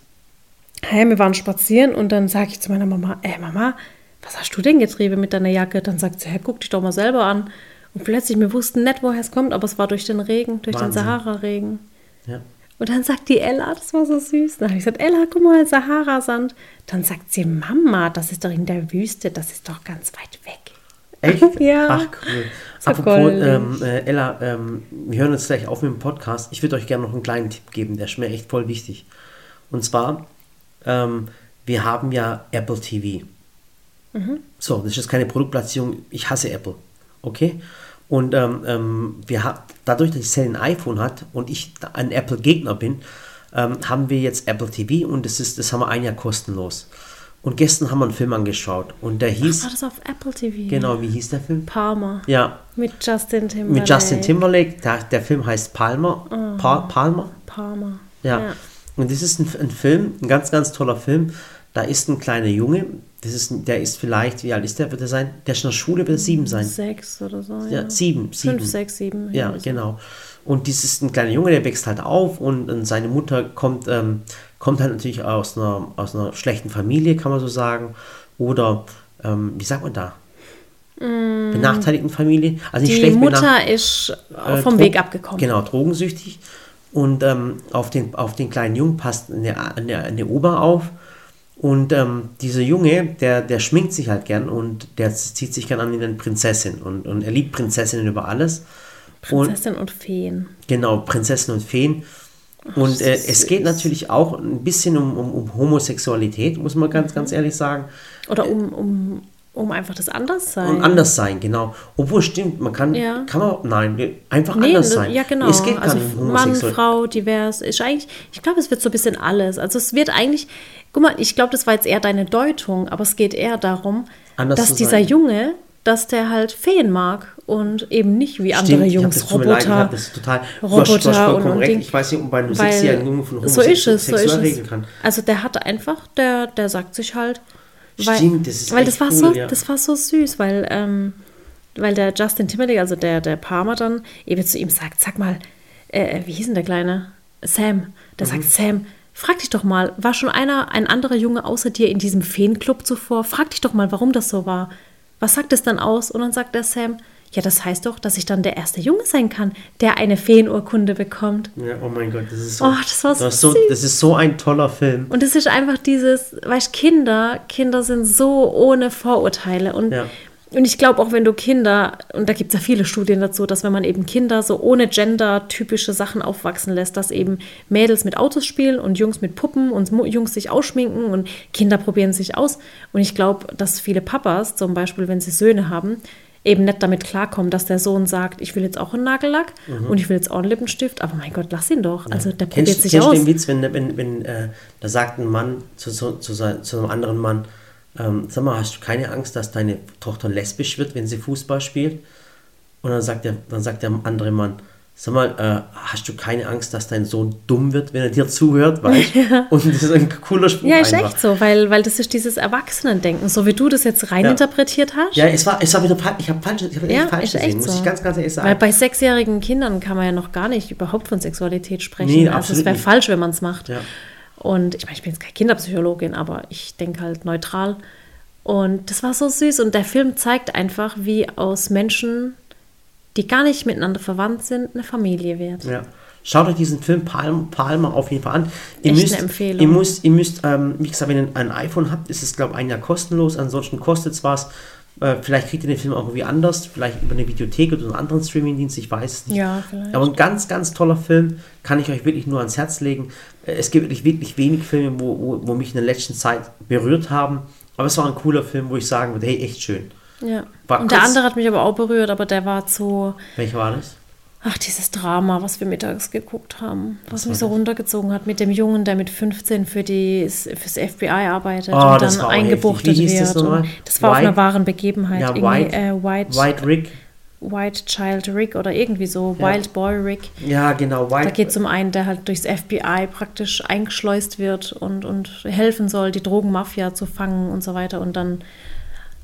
B: Hey, wir waren spazieren und dann sage ich zu meiner Mama, ey Mama, was hast du denn getrieben mit deiner Jacke? Dann sagt sie, hey, guck dich doch mal selber an. Und plötzlich, wir wussten nicht, woher es kommt, aber es war durch den Regen, durch
A: Wahnsinn.
B: den Sahara-Regen.
A: Ja.
B: Und dann sagt die Ella, das war so süß. Dann habe ich gesagt, Ella, guck mal, Sahara-Sand. Dann sagt sie, Mama, das ist doch in der Wüste, das ist doch ganz weit weg.
A: Echt?
B: Ja.
A: Ach cool.
B: So
A: Apropos,
B: goldig.
A: ähm, äh, Ella, ähm, wir hören uns gleich auf mit dem Podcast. Ich würde euch gerne noch einen kleinen Tipp geben, der ist mir echt voll wichtig. Und zwar, ähm, wir haben ja Apple TV. So, das ist jetzt keine Produktplatzierung. Ich hasse Apple. Okay? Und ähm, ähm, wir haben, dadurch, dass Cell ein iPhone hat und ich da- ein Apple-Gegner bin, ähm, haben wir jetzt Apple TV und das, ist, das haben wir ein Jahr kostenlos. Und gestern haben wir einen Film angeschaut und der hieß,
B: War Ah, das auf Apple TV?
A: genau, wie hieß der Film?
B: Palmer.
A: Ja,
B: Mit Justin Timberlake.
A: mit Justin Timberlake. Der, der Film heißt Palmer. Pa Palmer.
B: Palmer.
A: Ja.
B: Mhm. Ja.
A: Und das ist ein, ein Film, ein ganz, ganz toller Film. Da ist ein kleiner Junge. Das ist, ein- der ist vielleicht, wie alt ist der? Wird er sein? Der ist in der Schule, wird er sieben sein.
B: Sechs oder so.
A: Ja, sieben, sieben.
B: Mhm. Fünf, sechs, sieben.
A: Ja,
B: so.
A: genau. Und dies ist ein kleiner Junge, der wächst halt auf und, und seine Mutter kommt, ähm, kommt halt natürlich aus einer, aus einer schlechten Familie, kann man so sagen. Oder, ähm, wie sagt man da? Benachteiligten Familie. Also nicht
B: Mhm. Die
A: schlecht benach-
B: Mutter ist
A: äh,
B: vom
A: Dro-
B: Weg abgekommen.
A: Genau, drogensüchtig. Und ähm, auf, den, auf den kleinen Jungen passt eine, eine, eine Ober auf. Und ähm, dieser Junge, der, der schminkt sich halt gern und der zieht sich gern an wie eine Prinzessin. Und, und er liebt Prinzessinnen über alles. Und
B: Prinzessin und Feen.
A: genau, Prinzessinnen und Feen. Und äh,
B: ist
A: es geht natürlich auch ein bisschen um, um, um Homosexualität, muss man ganz,
B: Mhm.
A: ganz ehrlich sagen.
B: Oder um, um, um einfach das Anderssein.
A: Und anders sein, genau. Obwohl stimmt, man kann,
B: Ja.
A: kann man, nein, einfach
B: Nee,
A: anders
B: das-
A: sein.
B: Ja, genau.
A: Es geht gar
B: also
A: nicht um
B: Mann,
A: Homosexualität.
B: Frau, divers. Ist eigentlich, ich glaube, es wird so ein bisschen alles. Also es wird eigentlich, guck mal, ich glaube, das war jetzt eher deine Deutung, aber es geht eher darum,
A: Anders
B: dass
A: zu
B: dieser
A: sein.
B: Junge, dass der halt Feen mag und eben nicht wie andere
A: Stimmt, ich hab
B: Jungs,
A: das, tut mir leid, ich
B: Roboter.
A: hab das total du hast- du hast
B: Roboter und,
A: vollkommen
B: und
A: recht.
B: Ding.
A: Ich weiß nicht, ob man einem
B: Weil
A: sechsjährigen Jungen von
B: so ist es, so
A: homosexuell
B: ist es.
A: regeln kann.
B: Also der hat einfach, der, der sagt sich halt, weil,
A: Stimmt, das ist
B: weil
A: echt
B: das war
A: cool,
B: so,
A: ja.
B: das war so süß, weil ähm, weil der Justin Timberlake, also der der Palmer dann eben zu ihm sagt, sag mal, äh, wie hieß denn der kleine Sam? Der
A: Mhm.
B: sagt Sam. Frag dich doch mal, war schon einer, ein anderer Junge außer dir in diesem Feenclub zuvor? Frag dich doch mal, warum das so war. Was sagt es dann aus? Und dann sagt der Sam, ja, das heißt doch, dass ich dann der erste Junge sein kann, der eine Feenurkunde bekommt.
A: Ja, oh mein Gott, das ist so,
B: Oh, das war so
A: so
B: süß.
A: das ist so ein toller Film.
B: Und es ist einfach dieses, weißt Kinder, Kinder sind so ohne Vorurteile. Und,
A: Ja.
B: und ich glaube auch, wenn du Kinder, und da gibt es ja viele Studien dazu, dass wenn man eben Kinder so ohne gender-typische Sachen aufwachsen lässt, dass eben Mädels mit Autos spielen und Jungs mit Puppen und Mu- Jungs sich ausschminken und Kinder probieren sich aus. Und ich glaube, dass viele Papas zum Beispiel, wenn sie Söhne haben, eben nicht damit klarkommen, dass der Sohn sagt, ich will jetzt auch einen Nagellack und ich will jetzt auch einen Lippenstift, aber mein Gott, lass ihn doch. Also der probiert
A: Mhm. Kennst,
B: sich
A: kennst du
B: aus.
A: den Witz, wenn, wenn, wenn äh, da sagt ein Mann zu, zu, zu, sein- zu einem anderen Mann, ähm, sag mal, hast du keine Angst, dass deine Tochter lesbisch wird, wenn sie Fußball spielt? Und dann sagt der, dann sagt der andere Mann, sag mal, äh, hast du keine Angst, dass dein Sohn dumm wird, wenn er dir zuhört, weißt
B: <laughs>
A: du? Und das ist ein cooler Spruch
B: Ja, ist
A: einfach.
B: echt so, weil, weil das ist dieses Erwachsenendenken, so wie du das jetzt reininterpretiert hast.
A: Ja, es war, es war wieder, fa- ich habe falsch, ich hab
B: Ja,
A: echt falsch
B: ist echt
A: gesehen, muss
B: so.
A: ich ganz, ganz ehrlich sagen.
B: Weil bei sechsjährigen Kindern kann man ja noch gar nicht überhaupt von Sexualität sprechen.
A: Nee,
B: also
A: absolut
B: es wäre
A: nicht.
B: falsch, wenn man es macht.
A: Ja.
B: Und ich meine, ich bin jetzt keine Kinderpsychologin, aber ich denke halt neutral. Und das war so süß. Und der Film zeigt einfach, wie aus Menschen, die gar nicht miteinander verwandt sind, eine Familie wird.
A: Ja. Schaut euch diesen Film Palm, Palmer auf jeden Fall an. Ihr
B: Echt eine
A: müsst,
B: Empfehlung.
A: Ihr müsst, ihr müsst ähm, wie gesagt, wenn ihr ein iPhone habt, ist es, glaube ich, ein Jahr kostenlos. Ansonsten kostet es was. Äh, vielleicht kriegt ihr den Film auch irgendwie anders. Vielleicht über eine Videothek oder einen anderen Streamingdienst, ich weiß es nicht.
B: Ja, vielleicht.
A: Aber ein ganz, ganz toller Film. Kann ich euch wirklich nur ans Herz legen. Äh, Es gibt wirklich, wirklich wenig Filme, wo, wo, wo mich in der letzten Zeit berührt haben. Aber es war ein cooler Film, wo ich sagen würde, hey, echt schön.
B: Ja.
A: War
B: Und der
A: kurz-
B: andere hat mich aber auch berührt, aber der war zu,
A: Welcher war das?
B: ach, dieses Drama, was wir mittags geguckt haben, was mich so runtergezogen hat mit dem Jungen, der mit 15 für die, fürs FBI arbeitet
A: Oh,
B: und
A: das
B: dann
A: war auch heftig.
B: eingebuchtet
A: Wie hieß das
B: wird. und
A: nochmal?
B: das war auf
A: White-
B: einer wahren Begebenheit.
A: Ja,
B: irgendwie,
A: White-
B: äh, White, White.
A: White Rick.
B: Child Rick oder irgendwie so,
A: Ja.
B: Wild Boy Rick.
A: Ja, genau. White
B: Da geht es um einen, der halt durchs FBI praktisch eingeschleust wird und, und helfen soll, die Drogenmafia zu fangen und so weiter. Und dann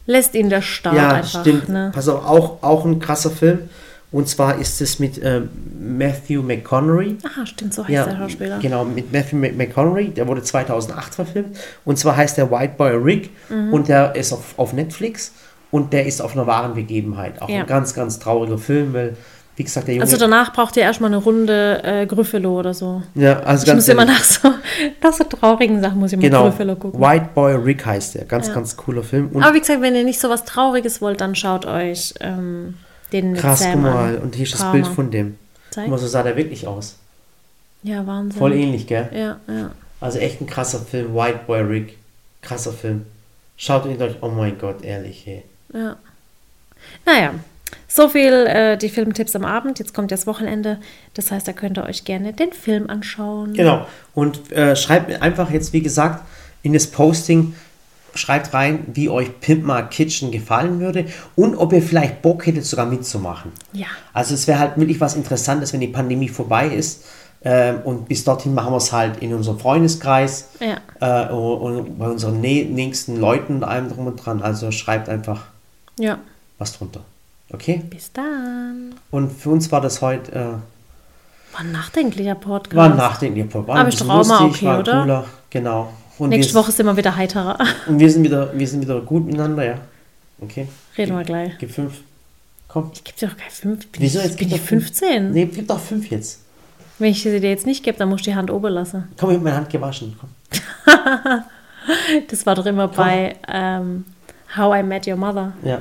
B: lässt ihn der Staat
A: Ja,
B: einfach.
A: stimmt.
B: Ne?
A: Pass auf, auch, auch ein krasser Film. Und zwar ist es mit ähm, Matthew McConaughey.
B: Ah, stimmt, so heißt
A: Ja,
B: der Schauspieler.
A: genau, mit Matthew Mc- McConaughey, der wurde 2008 verfilmt. Und zwar heißt der White Boy Rick
B: Mhm.
A: und der ist auf, auf Netflix und der ist auf einer wahren Begebenheit. Auch
B: Ja.
A: ein ganz, ganz trauriger Film, weil, wie gesagt, der Junge.
B: Also danach braucht ihr erstmal eine Runde äh, Gryffalo oder so.
A: ja, also
B: Ich muss immer
A: ehrlich,
B: nach so, <laughs> nach so traurigen Sachen muss ich immer
A: Genau,
B: Gryffalo gucken.
A: White Boy Rick heißt der. Ganz, ganz cooler Film. Und
B: Aber wie gesagt, wenn ihr nicht so was Trauriges wollt, dann schaut euch ähm, den mit
A: krass, guck
B: Sam
A: mal.
B: an.
A: Und hier ist das
B: Palmer.
A: Bild von dem.
B: Zeig. Mhm.
A: Guck mal, so sah der wirklich aus.
B: Ja, Wahnsinn.
A: Voll ähnlich, gell?
B: Ja, ja.
A: Also echt ein krasser Film, White Boy Rick. Krasser Film. Schaut ihn euch, oh mein Gott, ehrlich, hey.
B: Ja. Naja, so viel äh, die Filmtipps am Abend. Jetzt kommt das Wochenende. Das heißt, da könnt ihr euch gerne den Film anschauen.
A: Genau. Und äh, schreibt mir einfach jetzt, wie gesagt, in das Posting, schreibt rein, wie euch Pimp My Kitchen gefallen würde und ob ihr vielleicht Bock hättet, sogar mitzumachen.
B: Ja.
A: Also es wäre halt wirklich was Interessantes, wenn die Pandemie vorbei ist. Ähm, und bis dorthin machen wir es halt in unserem Freundeskreis
B: Ja.
A: äh, und, und bei unseren nä- nächsten Leuten und allem drum und dran. Also schreibt einfach
B: Ja.
A: was drunter. Okay?
B: Bis dann.
A: Und für uns war das heute, äh,
B: War ein nachdenklicher Podcast.
A: war ein nachdenklicher Pop. War
B: Aber
A: ein
B: ist
A: bisschen
B: doch auch mal
A: lustig,
B: okay,
A: war
B: oder?
A: cooler. Genau. Und
B: Nächste
A: wir,
B: Woche sind wir wieder heiterer. <laughs>
A: Und wir sind, wieder, wir sind wieder gut miteinander, ja. Okay.
B: Reden wir gleich.
A: Gib fünf. Komm.
B: Ich gebe dir doch keine 5. Bin
A: Wieso?
B: ich,
A: Jetzt
B: bin
A: gib
B: ich
A: doch fünf.
B: 15?
A: Nee, gib doch fünf jetzt.
B: Wenn ich sie dir jetzt nicht gebe, dann musst du die Hand oben lassen.
A: Komm, ich hab meine Hand gewaschen. Komm.
B: Das war doch immer bei ähm, How I Met Your Mother.
A: Ja.